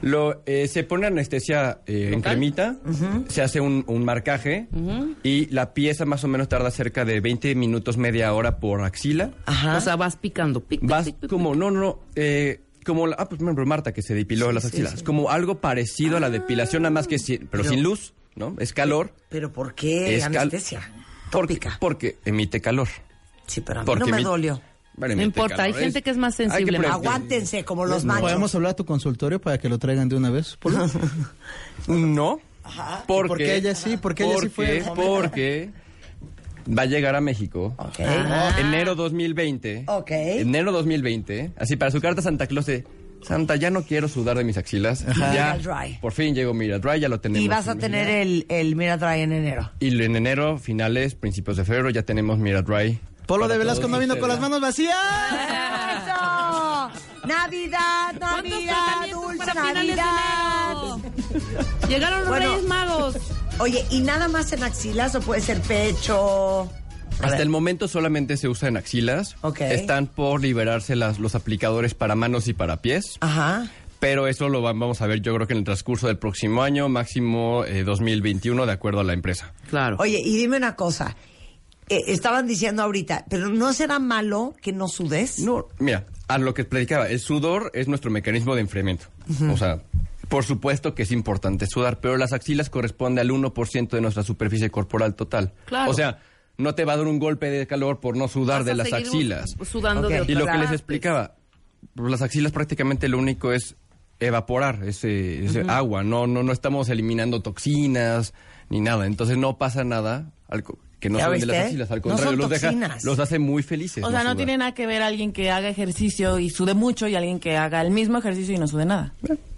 [SPEAKER 3] Lo, eh, se pone anestesia eh, en cremita, se hace un, un marcaje y la pieza más o menos tarda cerca de 20 minutos, media hora por axila.
[SPEAKER 7] O sea, vas picando. Pic, pic,
[SPEAKER 3] Vas
[SPEAKER 7] pic, pic.
[SPEAKER 3] como, no, no, no, eh, como, la, ah, pues, por ejemplo, Marta que se depiló las
[SPEAKER 4] sí,
[SPEAKER 3] axilas.
[SPEAKER 4] sí.
[SPEAKER 3] Como algo parecido a la depilación, nada más que, si- pero,
[SPEAKER 4] Pero-
[SPEAKER 3] sin luz, ¿no? Es calor.
[SPEAKER 4] ¿Pero por qué
[SPEAKER 3] Es cal-
[SPEAKER 4] anestesia?
[SPEAKER 3] Porque, porque emite calor.
[SPEAKER 4] Sí, pero
[SPEAKER 3] a
[SPEAKER 4] mí no me dolió.
[SPEAKER 7] No importa, hay gente que es más sensible.
[SPEAKER 4] Aguántense como los machos.
[SPEAKER 5] ¿Podemos hablar a tu consultorio para que lo traigan de una vez?
[SPEAKER 3] (laughs)
[SPEAKER 5] Polo?
[SPEAKER 3] No. Porque,
[SPEAKER 5] ¿Por qué ella sí? ¿Por qué ella sí fue?
[SPEAKER 3] Porque- Porque va a llegar a México.
[SPEAKER 4] Ah.
[SPEAKER 3] Enero 2020.
[SPEAKER 5] Oh.
[SPEAKER 4] Ok.
[SPEAKER 7] ¿Eh?
[SPEAKER 3] Enero 2020. Así para su carta Santa Claus de Santa, ya no quiero sudar de mis axilas. Ya,
[SPEAKER 4] Mira Dry.
[SPEAKER 3] por fin llegó Mira Dry, ya lo tenemos.
[SPEAKER 4] Y vas a
[SPEAKER 3] en
[SPEAKER 4] tener
[SPEAKER 3] México.
[SPEAKER 4] el, el Mira Dry en enero.
[SPEAKER 3] Y en enero, finales, principios de febrero, ya tenemos Mira Dry.
[SPEAKER 5] Polo
[SPEAKER 3] para
[SPEAKER 5] de Velasco
[SPEAKER 3] todos
[SPEAKER 5] no vino
[SPEAKER 3] ustedes.
[SPEAKER 5] con las
[SPEAKER 3] (laughs)
[SPEAKER 5] manos vacías.
[SPEAKER 4] ¡Eso! ¡Navidad, Navidad, dulce Navidad!
[SPEAKER 7] Llegaron los Reyes Magos.
[SPEAKER 4] Oye, ¿y nada más en axilas o puede ser pecho? A
[SPEAKER 3] Hasta
[SPEAKER 4] ver.
[SPEAKER 3] el momento solamente se usa en axilas. Están por liberarse las, los aplicadores para manos y para pies.
[SPEAKER 4] Ajá.
[SPEAKER 3] Pero eso lo va- vamos a ver yo creo que en el transcurso del próximo año, máximo eh, 2021, de acuerdo a la empresa.
[SPEAKER 7] (laughs) Claro.
[SPEAKER 4] Oye, y dime una cosa. Eh, estaban diciendo ahorita, pero ¿no será malo que no sudes?
[SPEAKER 3] No. Mira, a lo que predicaba, el sudor es nuestro mecanismo de enfriamiento.
[SPEAKER 4] Ujú.
[SPEAKER 3] O sea, por supuesto que es importante sudar, pero las axilas corresponde al 1% de nuestra superficie corporal total.
[SPEAKER 7] Claro.
[SPEAKER 3] O sea, no te va a dar un golpe de calor por no sudar
[SPEAKER 7] Vas
[SPEAKER 3] de
[SPEAKER 7] a
[SPEAKER 3] las
[SPEAKER 7] seguir
[SPEAKER 3] axilas.
[SPEAKER 7] sudando de
[SPEAKER 3] Y lo que
[SPEAKER 7] otras
[SPEAKER 3] les
[SPEAKER 7] partes.
[SPEAKER 3] explicaba, pues, las axilas prácticamente lo único es evaporar ese, ese
[SPEAKER 7] Ujú.
[SPEAKER 3] agua. No, no, no estamos eliminando toxinas ni nada. Entonces no pasa nada al co- que no
[SPEAKER 10] ¿Ya
[SPEAKER 3] suden de las
[SPEAKER 10] viste?
[SPEAKER 3] axilas. Al
[SPEAKER 10] No
[SPEAKER 3] contrario,
[SPEAKER 10] son
[SPEAKER 3] los, deja-
[SPEAKER 10] toxinas.
[SPEAKER 3] los hace muy felices.
[SPEAKER 10] O sea, no
[SPEAKER 3] sudar.
[SPEAKER 10] tiene nada que ver alguien que haga ejercicio y sude mucho y alguien que haga el mismo ejercicio y no sude nada.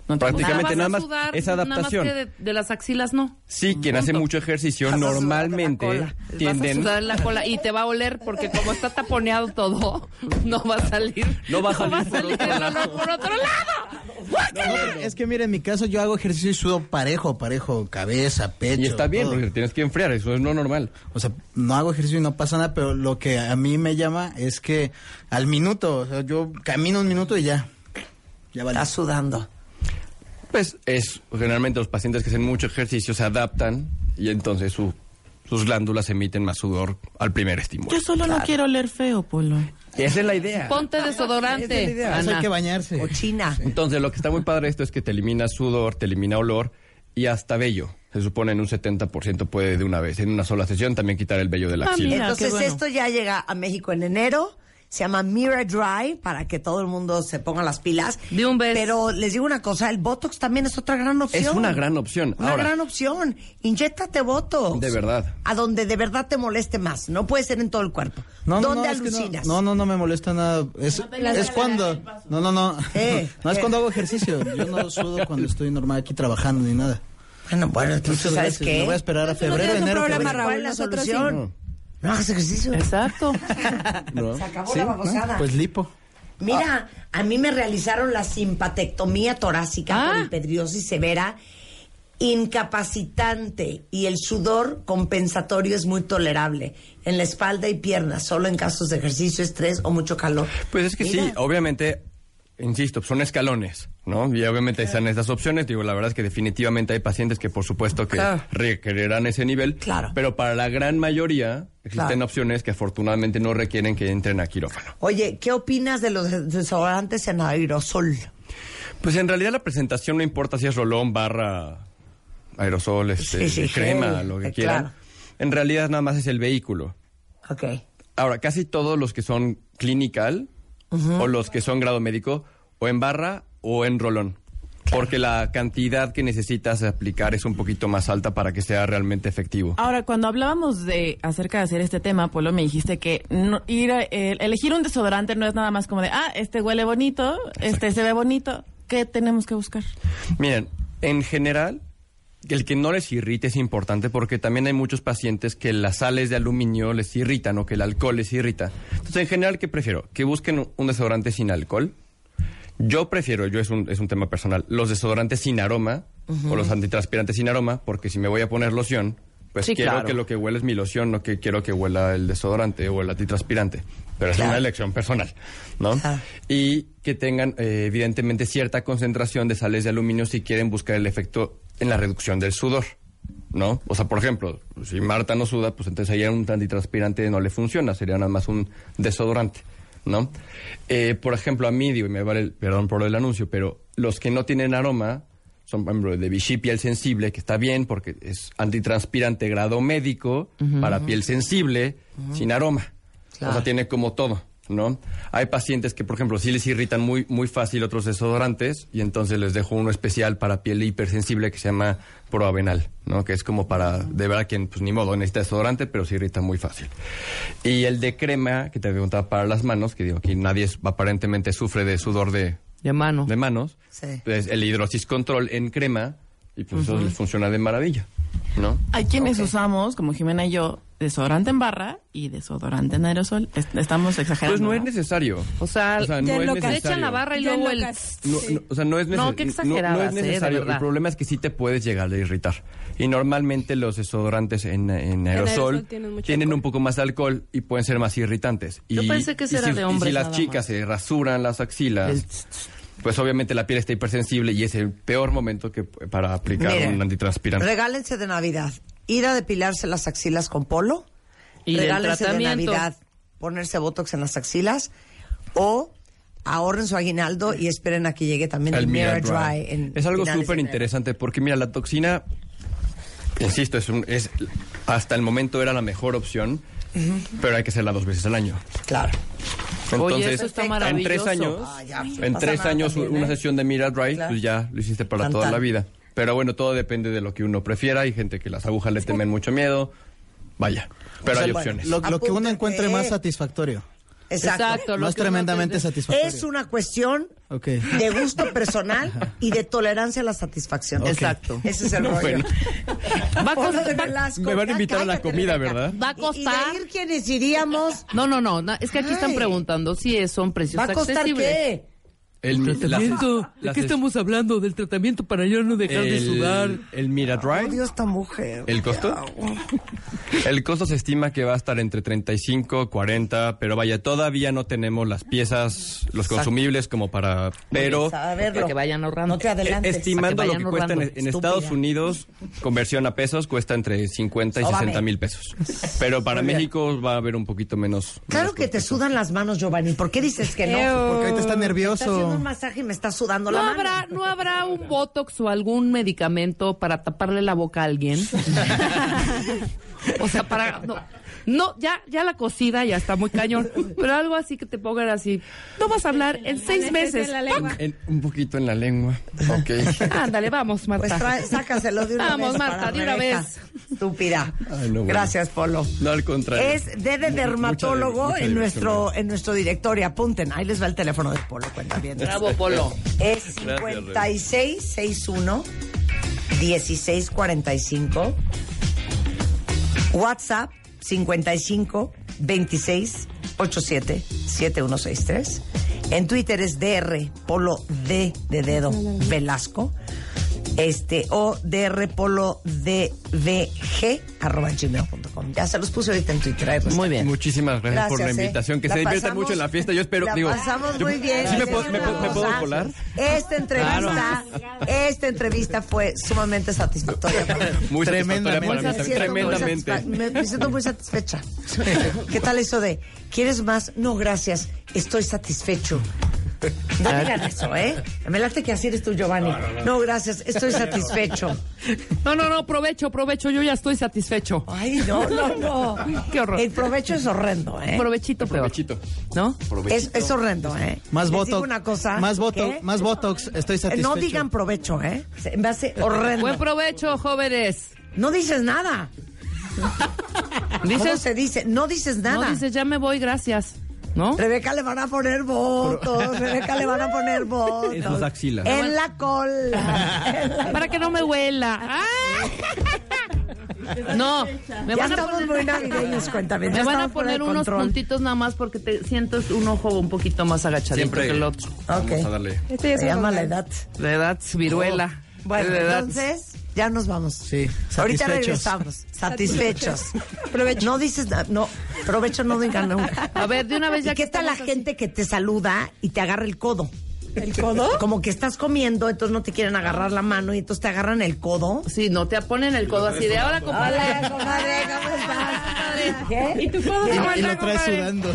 [SPEAKER 10] No tenemos
[SPEAKER 3] Prácticamente
[SPEAKER 7] Vas a
[SPEAKER 3] nada más
[SPEAKER 7] sudar,
[SPEAKER 3] es
[SPEAKER 7] nada más
[SPEAKER 3] adaptación.
[SPEAKER 7] que de, de las axilas no.
[SPEAKER 3] Sí, quien hace mucho ejercicio
[SPEAKER 7] Vas a sudar de la
[SPEAKER 3] normalmente
[SPEAKER 7] Vas a
[SPEAKER 3] tienden...
[SPEAKER 7] sudar en la cola y te va a oler porque como está taponeado todo, (laughs) no va a salir.
[SPEAKER 3] No va a salir
[SPEAKER 7] por otro lado. Por otro lado.
[SPEAKER 5] Es que mira, en mi caso yo hago ejercicio y sudo parejo, parejo, cabeza, pecho.
[SPEAKER 3] Y está bien, porque
[SPEAKER 5] tienes
[SPEAKER 3] que enfriar, eso es no normal.
[SPEAKER 5] O sea, no hago ejercicio y no pasa nada, pero lo que a mí me llama es que al minuto, o sea, yo camino un minuto y ya. Ya vale. Estás
[SPEAKER 4] sudando.
[SPEAKER 3] Pues es generalmente los pacientes que hacen mucho ejercicio se adaptan y entonces su- sus glándulas emiten más sudor al primer estímulo.
[SPEAKER 10] Yo solo no quiero oler feo, Polo.
[SPEAKER 3] Esa es la idea.
[SPEAKER 7] Ponte desodorante.
[SPEAKER 4] Ah,
[SPEAKER 7] Ana.
[SPEAKER 5] bañarse.
[SPEAKER 4] Cochina.
[SPEAKER 3] Entonces, lo que está muy padre de esto es que te elimina sudor, te elimina olor y hasta vello. Se supone en un 70% puede de una vez, en una sola sesión, también quitar el vello de la axila.
[SPEAKER 4] Entonces esto ya llega a México en enero. Se llama Mira Dry para que todo el mundo se ponga las pilas. De un beso. Pero les digo una cosa, el Botox también es otra gran opción.
[SPEAKER 3] Es una gran opción.
[SPEAKER 4] Una
[SPEAKER 3] Ahora,
[SPEAKER 4] gran opción. Inyéctate Botox.
[SPEAKER 3] de verdad.
[SPEAKER 4] A donde de verdad te moleste más. No puede ser en todo el cuerpo.
[SPEAKER 5] No, no,
[SPEAKER 4] ¿Dónde
[SPEAKER 5] no, es que no-
[SPEAKER 4] alucinas?
[SPEAKER 5] no, no, no me molesta nada. Es,
[SPEAKER 4] te la
[SPEAKER 5] es
[SPEAKER 4] regalen
[SPEAKER 5] cuando. No, no, no.
[SPEAKER 4] Eh,
[SPEAKER 5] (laughs) no es
[SPEAKER 4] eh.
[SPEAKER 5] cuando hago ejercicio. Yo no sudo cuando estoy normal aquí trabajando ni nada.
[SPEAKER 4] Bueno, bueno,
[SPEAKER 5] entonces,
[SPEAKER 4] ¿sabes qué?
[SPEAKER 5] Me voy a esperar a
[SPEAKER 4] Tú no
[SPEAKER 5] febrero,
[SPEAKER 4] tienes un
[SPEAKER 5] enero.
[SPEAKER 4] problema,
[SPEAKER 5] febrero.
[SPEAKER 4] Raúl, nosotros sí. No. No hagas ejercicio. (laughs)
[SPEAKER 10] Exacto.
[SPEAKER 4] Se acabó la babosada.
[SPEAKER 5] Pues lipo.
[SPEAKER 4] Mira,
[SPEAKER 3] Ah.
[SPEAKER 4] a mí me realizaron la simpatectomía torácica con hipertriosis severa, incapacitante y el sudor compensatorio es muy tolerable en la espalda y piernas, solo en casos de ejercicio, estrés o mucho calor.
[SPEAKER 3] Pues es que sí, obviamente, insisto, son escalones, ¿no? Y obviamente están estas opciones. Digo, la verdad es que definitivamente hay pacientes que por supuesto que
[SPEAKER 11] Claro.
[SPEAKER 3] requerirán ese nivel. Claro. Pero para la gran mayoría existen
[SPEAKER 4] Claro.
[SPEAKER 3] opciones que afortunadamente no requieren que entren a quirófano.
[SPEAKER 4] Oye, ¿qué opinas de los des- desodorantes en aerosol?
[SPEAKER 3] Pues en realidad la presentación no importa si es rolón, barra, aerosol, este,
[SPEAKER 4] Sí, sí,
[SPEAKER 3] crema,
[SPEAKER 4] gel,
[SPEAKER 3] lo que
[SPEAKER 4] eh,
[SPEAKER 3] quieran.
[SPEAKER 4] claro.
[SPEAKER 3] En realidad nada más es el vehículo.
[SPEAKER 4] Ok.
[SPEAKER 3] Ahora, casi todos los que son clinical
[SPEAKER 4] Ujú.
[SPEAKER 3] o los que son grado médico, o en barra o en rolón. Porque la cantidad que necesitas aplicar es un poquito más alta para que sea realmente efectivo.
[SPEAKER 10] Ahora, cuando hablábamos de acerca de hacer este tema, Polo, me dijiste que no- ir a- eh, elegir un desodorante no es nada más como de, ah, este huele bonito, este se ve bonito. ¿Qué tenemos que buscar?
[SPEAKER 3] Miren, en general, el que no les irrite es importante porque también hay muchos pacientes que las sales de aluminio les irritan o que el alcohol les irrita. Entonces, en general, ¿qué prefiero? Que busquen un desodorante sin alcohol, Yo prefiero, yo es un, es un tema personal, los desodorantes sin aroma
[SPEAKER 7] Ujú.
[SPEAKER 3] o los antitranspirantes sin aroma, porque si me voy a poner loción, pues
[SPEAKER 7] Sí,
[SPEAKER 3] quiero
[SPEAKER 7] claro.
[SPEAKER 3] que lo que huela es mi loción, no que quiero que huela el desodorante o el antitranspirante. Pero es
[SPEAKER 7] Claro.
[SPEAKER 3] una elección personal, ¿no? Y que tengan, eh, evidentemente, cierta concentración de sales de aluminio si quieren buscar el efecto en la reducción del sudor, ¿no? O sea, por ejemplo, si Marta no suda, pues entonces ahí un antitranspirante no le funciona, sería nada más un desodorante, ¿no? Eh, por ejemplo, a mí, digo, y me vale, el- perdón por el anuncio, pero los que no tienen aroma son, por ejemplo, el de Vichy Piel Sensible, que está bien porque es antitranspirante grado médico
[SPEAKER 11] Ujú,
[SPEAKER 3] para
[SPEAKER 11] ujú.
[SPEAKER 3] piel sensible, sin aroma. O sea, tiene como todo, ¿no? Hay pacientes que, por ejemplo, sí les irritan muy, muy fácil otros desodorantes y entonces les dejo uno especial para piel hipersensible que se llama proavenal, ¿no? Que es como para, de verdad, quien, pues ni modo, necesita desodorante, pero se irrita muy fácil. Y el de crema, que te preguntaba para las manos, que digo, aquí nadie es- aparentemente sufre de sudor de...
[SPEAKER 7] De mano.
[SPEAKER 3] De manos.
[SPEAKER 4] Sí.
[SPEAKER 3] Pues, el hidrosis control en crema y pues eso
[SPEAKER 10] Ujú.
[SPEAKER 3] les funciona de maravilla, ¿no?
[SPEAKER 10] Hay quienes usamos, como Jimena y yo, desodorante en barra y desodorante en aerosol. Es- Estamos exagerando.
[SPEAKER 3] Pues no es necesario.
[SPEAKER 7] O sea,
[SPEAKER 3] O sea, no es necesario.
[SPEAKER 7] echan la barra y luego el...
[SPEAKER 3] No, no, o sea, no es, neces-
[SPEAKER 7] No, qué
[SPEAKER 3] no es
[SPEAKER 7] exageradas, eh, de
[SPEAKER 3] necesario.
[SPEAKER 7] verdad.
[SPEAKER 3] El problema es que sí te puedes llegar a irritar. Y normalmente los desodorantes en, en aerosol
[SPEAKER 7] aerosol tienen
[SPEAKER 3] tienen,
[SPEAKER 7] mucho
[SPEAKER 3] un poco más de alcohol y pueden ser más irritantes.
[SPEAKER 7] Yo
[SPEAKER 3] y,
[SPEAKER 7] pensé que
[SPEAKER 3] y
[SPEAKER 7] ese era
[SPEAKER 3] si,
[SPEAKER 7] de
[SPEAKER 3] y si
[SPEAKER 7] hombres
[SPEAKER 3] las
[SPEAKER 7] nada
[SPEAKER 3] chicas se rasuran las axilas, pues obviamente la piel está hipersensible y es el peor momento que para aplicar
[SPEAKER 4] Miren,
[SPEAKER 3] un antitranspirante.
[SPEAKER 4] Regálense de Navidad. Ir a depilarse las axilas con polo.
[SPEAKER 7] Y del
[SPEAKER 4] regálense de
[SPEAKER 7] tratamiento.
[SPEAKER 4] Navidad ponerse botox en las axilas. O ahorren su aguinaldo y esperen a que llegue también el, Mira Dry. en
[SPEAKER 3] es algo
[SPEAKER 4] finales de
[SPEAKER 3] súper
[SPEAKER 4] enero.
[SPEAKER 3] interesante porque, mira, la toxina, insisto, es, un, es hasta el momento era la mejor opción, pero hay que hacerla dos veces al año.
[SPEAKER 4] Claro.
[SPEAKER 3] pues, Entonces,
[SPEAKER 7] Oye, eso está
[SPEAKER 3] en tres
[SPEAKER 7] maravilloso.
[SPEAKER 3] años,
[SPEAKER 7] Ah, ya, pues, no
[SPEAKER 3] en
[SPEAKER 7] pasa
[SPEAKER 3] tres
[SPEAKER 7] nada
[SPEAKER 3] años
[SPEAKER 7] también,
[SPEAKER 3] una
[SPEAKER 7] ¿eh?
[SPEAKER 3] sesión de Mira Dry,
[SPEAKER 7] Claro.
[SPEAKER 3] pues ya lo hiciste para
[SPEAKER 7] Tan,
[SPEAKER 3] toda
[SPEAKER 7] tan.
[SPEAKER 3] la vida. Pero bueno, todo depende de lo que uno prefiera. Hay gente que las agujas le temen mucho miedo. Vaya, pero
[SPEAKER 5] O sea,
[SPEAKER 3] hay
[SPEAKER 5] bueno,
[SPEAKER 3] opciones.
[SPEAKER 5] Lo, lo que uno encuentre más satisfactorio.
[SPEAKER 4] Exacto.
[SPEAKER 5] más tremendamente satisfactorio.
[SPEAKER 4] Es una cuestión
[SPEAKER 5] Ok.
[SPEAKER 4] de gusto personal y de tolerancia a la satisfacción.
[SPEAKER 5] Ok.
[SPEAKER 4] Exacto. Ese es el
[SPEAKER 5] No,
[SPEAKER 4] rollo.
[SPEAKER 5] bueno.
[SPEAKER 4] Va a
[SPEAKER 7] Ponte
[SPEAKER 4] costar-
[SPEAKER 7] Velasco,
[SPEAKER 3] Me van a
[SPEAKER 7] ya
[SPEAKER 3] invitar a la
[SPEAKER 7] cállate,
[SPEAKER 3] comida,
[SPEAKER 7] Rebeca.
[SPEAKER 3] ¿verdad?
[SPEAKER 7] Va a costar.
[SPEAKER 4] ir quienes iríamos?
[SPEAKER 7] No, no, no. na- Es que aquí están
[SPEAKER 4] Ay.
[SPEAKER 7] preguntando si es- son precios
[SPEAKER 4] ¿Va a costar
[SPEAKER 7] accesibles.
[SPEAKER 4] qué?
[SPEAKER 3] El,
[SPEAKER 7] tratamiento. ¿De qué estamos hablando? Del tratamiento para yo no dejar de
[SPEAKER 3] el-
[SPEAKER 7] sudar.
[SPEAKER 3] El Mira Dry.
[SPEAKER 4] Dios, esta mujer.
[SPEAKER 3] Ah. ¿El costo? (laughs) El costo se estima que va a estar entre 35, 40, pero vaya, todavía no tenemos las piezas, los consumibles como para... Pero
[SPEAKER 7] Para que vayan ahorrando. No te
[SPEAKER 3] eh, estimando lo que cuesta en, en Estados Unidos, conversión a pesos, cuesta entre 50 y
[SPEAKER 4] Sóbame.
[SPEAKER 3] 60 mil pesos. Pero para
[SPEAKER 4] Muy bien.
[SPEAKER 3] México va a haber un poquito menos.
[SPEAKER 4] Claro que te sudan las manos, Giovanni. ¿Por qué dices que no?
[SPEAKER 5] Eo. Porque ahorita está nervioso.
[SPEAKER 4] Está haciendo un masaje y me está sudando
[SPEAKER 7] ¿No
[SPEAKER 4] la mano.
[SPEAKER 7] habrá, ¿No habrá un Botox o algún medicamento para taparle la boca a alguien? o sea, para... No, no, ya, ya la cocida ya está muy cañón, pero algo así que te pongan así. No vas a hablar en seis meses. ¡Pac!
[SPEAKER 3] En- un poquito en la lengua. Ok.
[SPEAKER 7] Ándale, vamos, Marta.
[SPEAKER 4] Pues trae- sácaselo de una
[SPEAKER 7] Vamos,
[SPEAKER 4] vez.
[SPEAKER 7] Marta,
[SPEAKER 4] para
[SPEAKER 7] de una
[SPEAKER 4] Rebeca.
[SPEAKER 7] vez.
[SPEAKER 4] Estúpida.
[SPEAKER 3] Ay, no, bueno.
[SPEAKER 4] Gracias, Polo.
[SPEAKER 3] No, al contrario.
[SPEAKER 4] Es de, de
[SPEAKER 3] Mucha-
[SPEAKER 4] dermatólogo
[SPEAKER 3] mucha- mucha
[SPEAKER 4] en
[SPEAKER 3] diversión,
[SPEAKER 4] nuestro en nuestro directorio. Apunten, ahí les va el teléfono de Polo, cuenta bien.
[SPEAKER 7] Bravo, Polo.
[SPEAKER 4] Es
[SPEAKER 3] Gracias, Rebe.
[SPEAKER 4] 5661 1645 WhatsApp 55 26 87 7163. En Twitter es DR Polo D de dedo Velasco. Este, o DR Polo DVG arroba gmail.com. Ya se los puse ahorita en Twitter. ahí los-
[SPEAKER 3] Muchísimas gracias, por la
[SPEAKER 4] Gracias, ¿eh?
[SPEAKER 3] invitación. Que
[SPEAKER 4] La
[SPEAKER 3] se diviertan
[SPEAKER 4] pasamos-
[SPEAKER 3] mucho en la fiesta. Yo espero.
[SPEAKER 4] la
[SPEAKER 3] digo,
[SPEAKER 4] pasamos
[SPEAKER 3] yo-
[SPEAKER 4] muy bien.
[SPEAKER 3] ¿sí me
[SPEAKER 4] Les
[SPEAKER 3] puedo- me
[SPEAKER 4] digo
[SPEAKER 3] puedo-
[SPEAKER 4] una
[SPEAKER 3] me puedo
[SPEAKER 4] cosa.
[SPEAKER 3] colar?
[SPEAKER 4] Ah, Esta entrevista, esta entrevista fue sumamente (laughs) satisfactoria. para mí.
[SPEAKER 3] Muy satisfactoria para mí
[SPEAKER 4] Me
[SPEAKER 3] también.
[SPEAKER 4] siento muy
[SPEAKER 3] Tremendamente.
[SPEAKER 4] satisfa- Me, me siento muy satisfecha. ¿Qué tal eso de quieres más? No, gracias. Estoy satisfecho. No digan eso, ¿eh? Me late que así eres tú, Giovanni. No, gracias. Estoy satisfecho.
[SPEAKER 7] No, no, no, provecho, provecho, yo ya estoy satisfecho.
[SPEAKER 4] Ay, no, no, no.
[SPEAKER 7] Qué horror.
[SPEAKER 4] El provecho es horrendo, ¿eh?
[SPEAKER 7] Provechito peor.
[SPEAKER 3] Provechito.
[SPEAKER 7] ¿no?
[SPEAKER 4] Es, es horrendo, ¿eh?
[SPEAKER 5] Más
[SPEAKER 4] Les digo
[SPEAKER 5] botox.
[SPEAKER 4] una cosa.
[SPEAKER 5] Más
[SPEAKER 4] ¿Qué?
[SPEAKER 5] botox, más botox, estoy satisfecho.
[SPEAKER 4] No digan provecho, ¿eh? Se me hace horrendo.
[SPEAKER 7] Buen provecho, jóvenes.
[SPEAKER 4] No dices nada. ¿Cómo
[SPEAKER 7] Dices-
[SPEAKER 4] se dice? No dices nada.
[SPEAKER 7] No dices, ya me voy, gracias. ¿No?
[SPEAKER 4] Rebeca le van a poner votos. Rebeca le van a
[SPEAKER 7] (laughs)
[SPEAKER 4] poner votos.
[SPEAKER 3] En sus axilas.
[SPEAKER 4] En la cola. En la- (laughs)
[SPEAKER 7] Para que no me huela. ¡Ah! No, me
[SPEAKER 4] ya
[SPEAKER 7] van a
[SPEAKER 4] estamos
[SPEAKER 7] poner-
[SPEAKER 4] muy navideños, cuéntame.
[SPEAKER 7] (laughs) Me van a poner unos puntitos nada más porque te siento un ojo un poquito más agachadito
[SPEAKER 3] Siempre
[SPEAKER 7] que el otro.
[SPEAKER 3] vamos a darle.
[SPEAKER 7] Este ya
[SPEAKER 4] Se
[SPEAKER 7] es
[SPEAKER 4] llama
[SPEAKER 7] un-
[SPEAKER 4] la edad.
[SPEAKER 7] La edad viruela.
[SPEAKER 4] Oh, Bueno,
[SPEAKER 7] La edad-
[SPEAKER 4] entonces ya nos vamos.
[SPEAKER 5] Sí,
[SPEAKER 4] Ahorita
[SPEAKER 5] satisfechos.
[SPEAKER 4] regresamos. Satisfechos. No dices nada. No, provecho no digan nunca.
[SPEAKER 7] A ver, de una vez ya
[SPEAKER 4] ¿Y qué
[SPEAKER 7] que
[SPEAKER 4] tal la
[SPEAKER 7] estamos
[SPEAKER 4] gente que te saluda y te agarra el codo?
[SPEAKER 8] ¿El codo?
[SPEAKER 4] Como que estás comiendo, entonces no te quieren agarrar la mano y entonces te agarran el codo.
[SPEAKER 7] Sí, no te ponen el codo así de ahora, compadre.
[SPEAKER 4] Hola, comadre, ¿cómo estás? ¿Qué? ¿Y tu codo
[SPEAKER 3] cómo Y lo está, traes compadre?
[SPEAKER 5] sudando.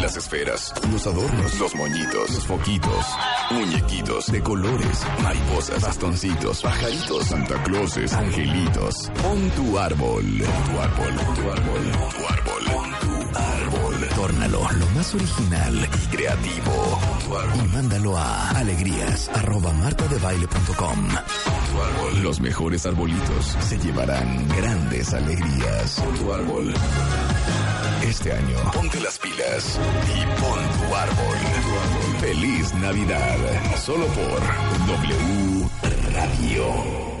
[SPEAKER 1] Las esferas, los adornos, los moñitos, los foquitos, muñequitos de colores, mariposas, bastoncitos, pajaritos, Santa Clauses, angelitos. Pon tu árbol, pon tu árbol, pon tu árbol, pon tu árbol, pon tu árbol. Tórnalo lo más original y creativo. Pon tu árbol. Y mándalo a alegrías arroba martadebaile.com. Pon tu árbol. Los mejores arbolitos se llevarán grandes alegrías. Pon tu árbol. Este año, ponte las pilas y pon tu árbol. Feliz Navidad, solo por W Radio.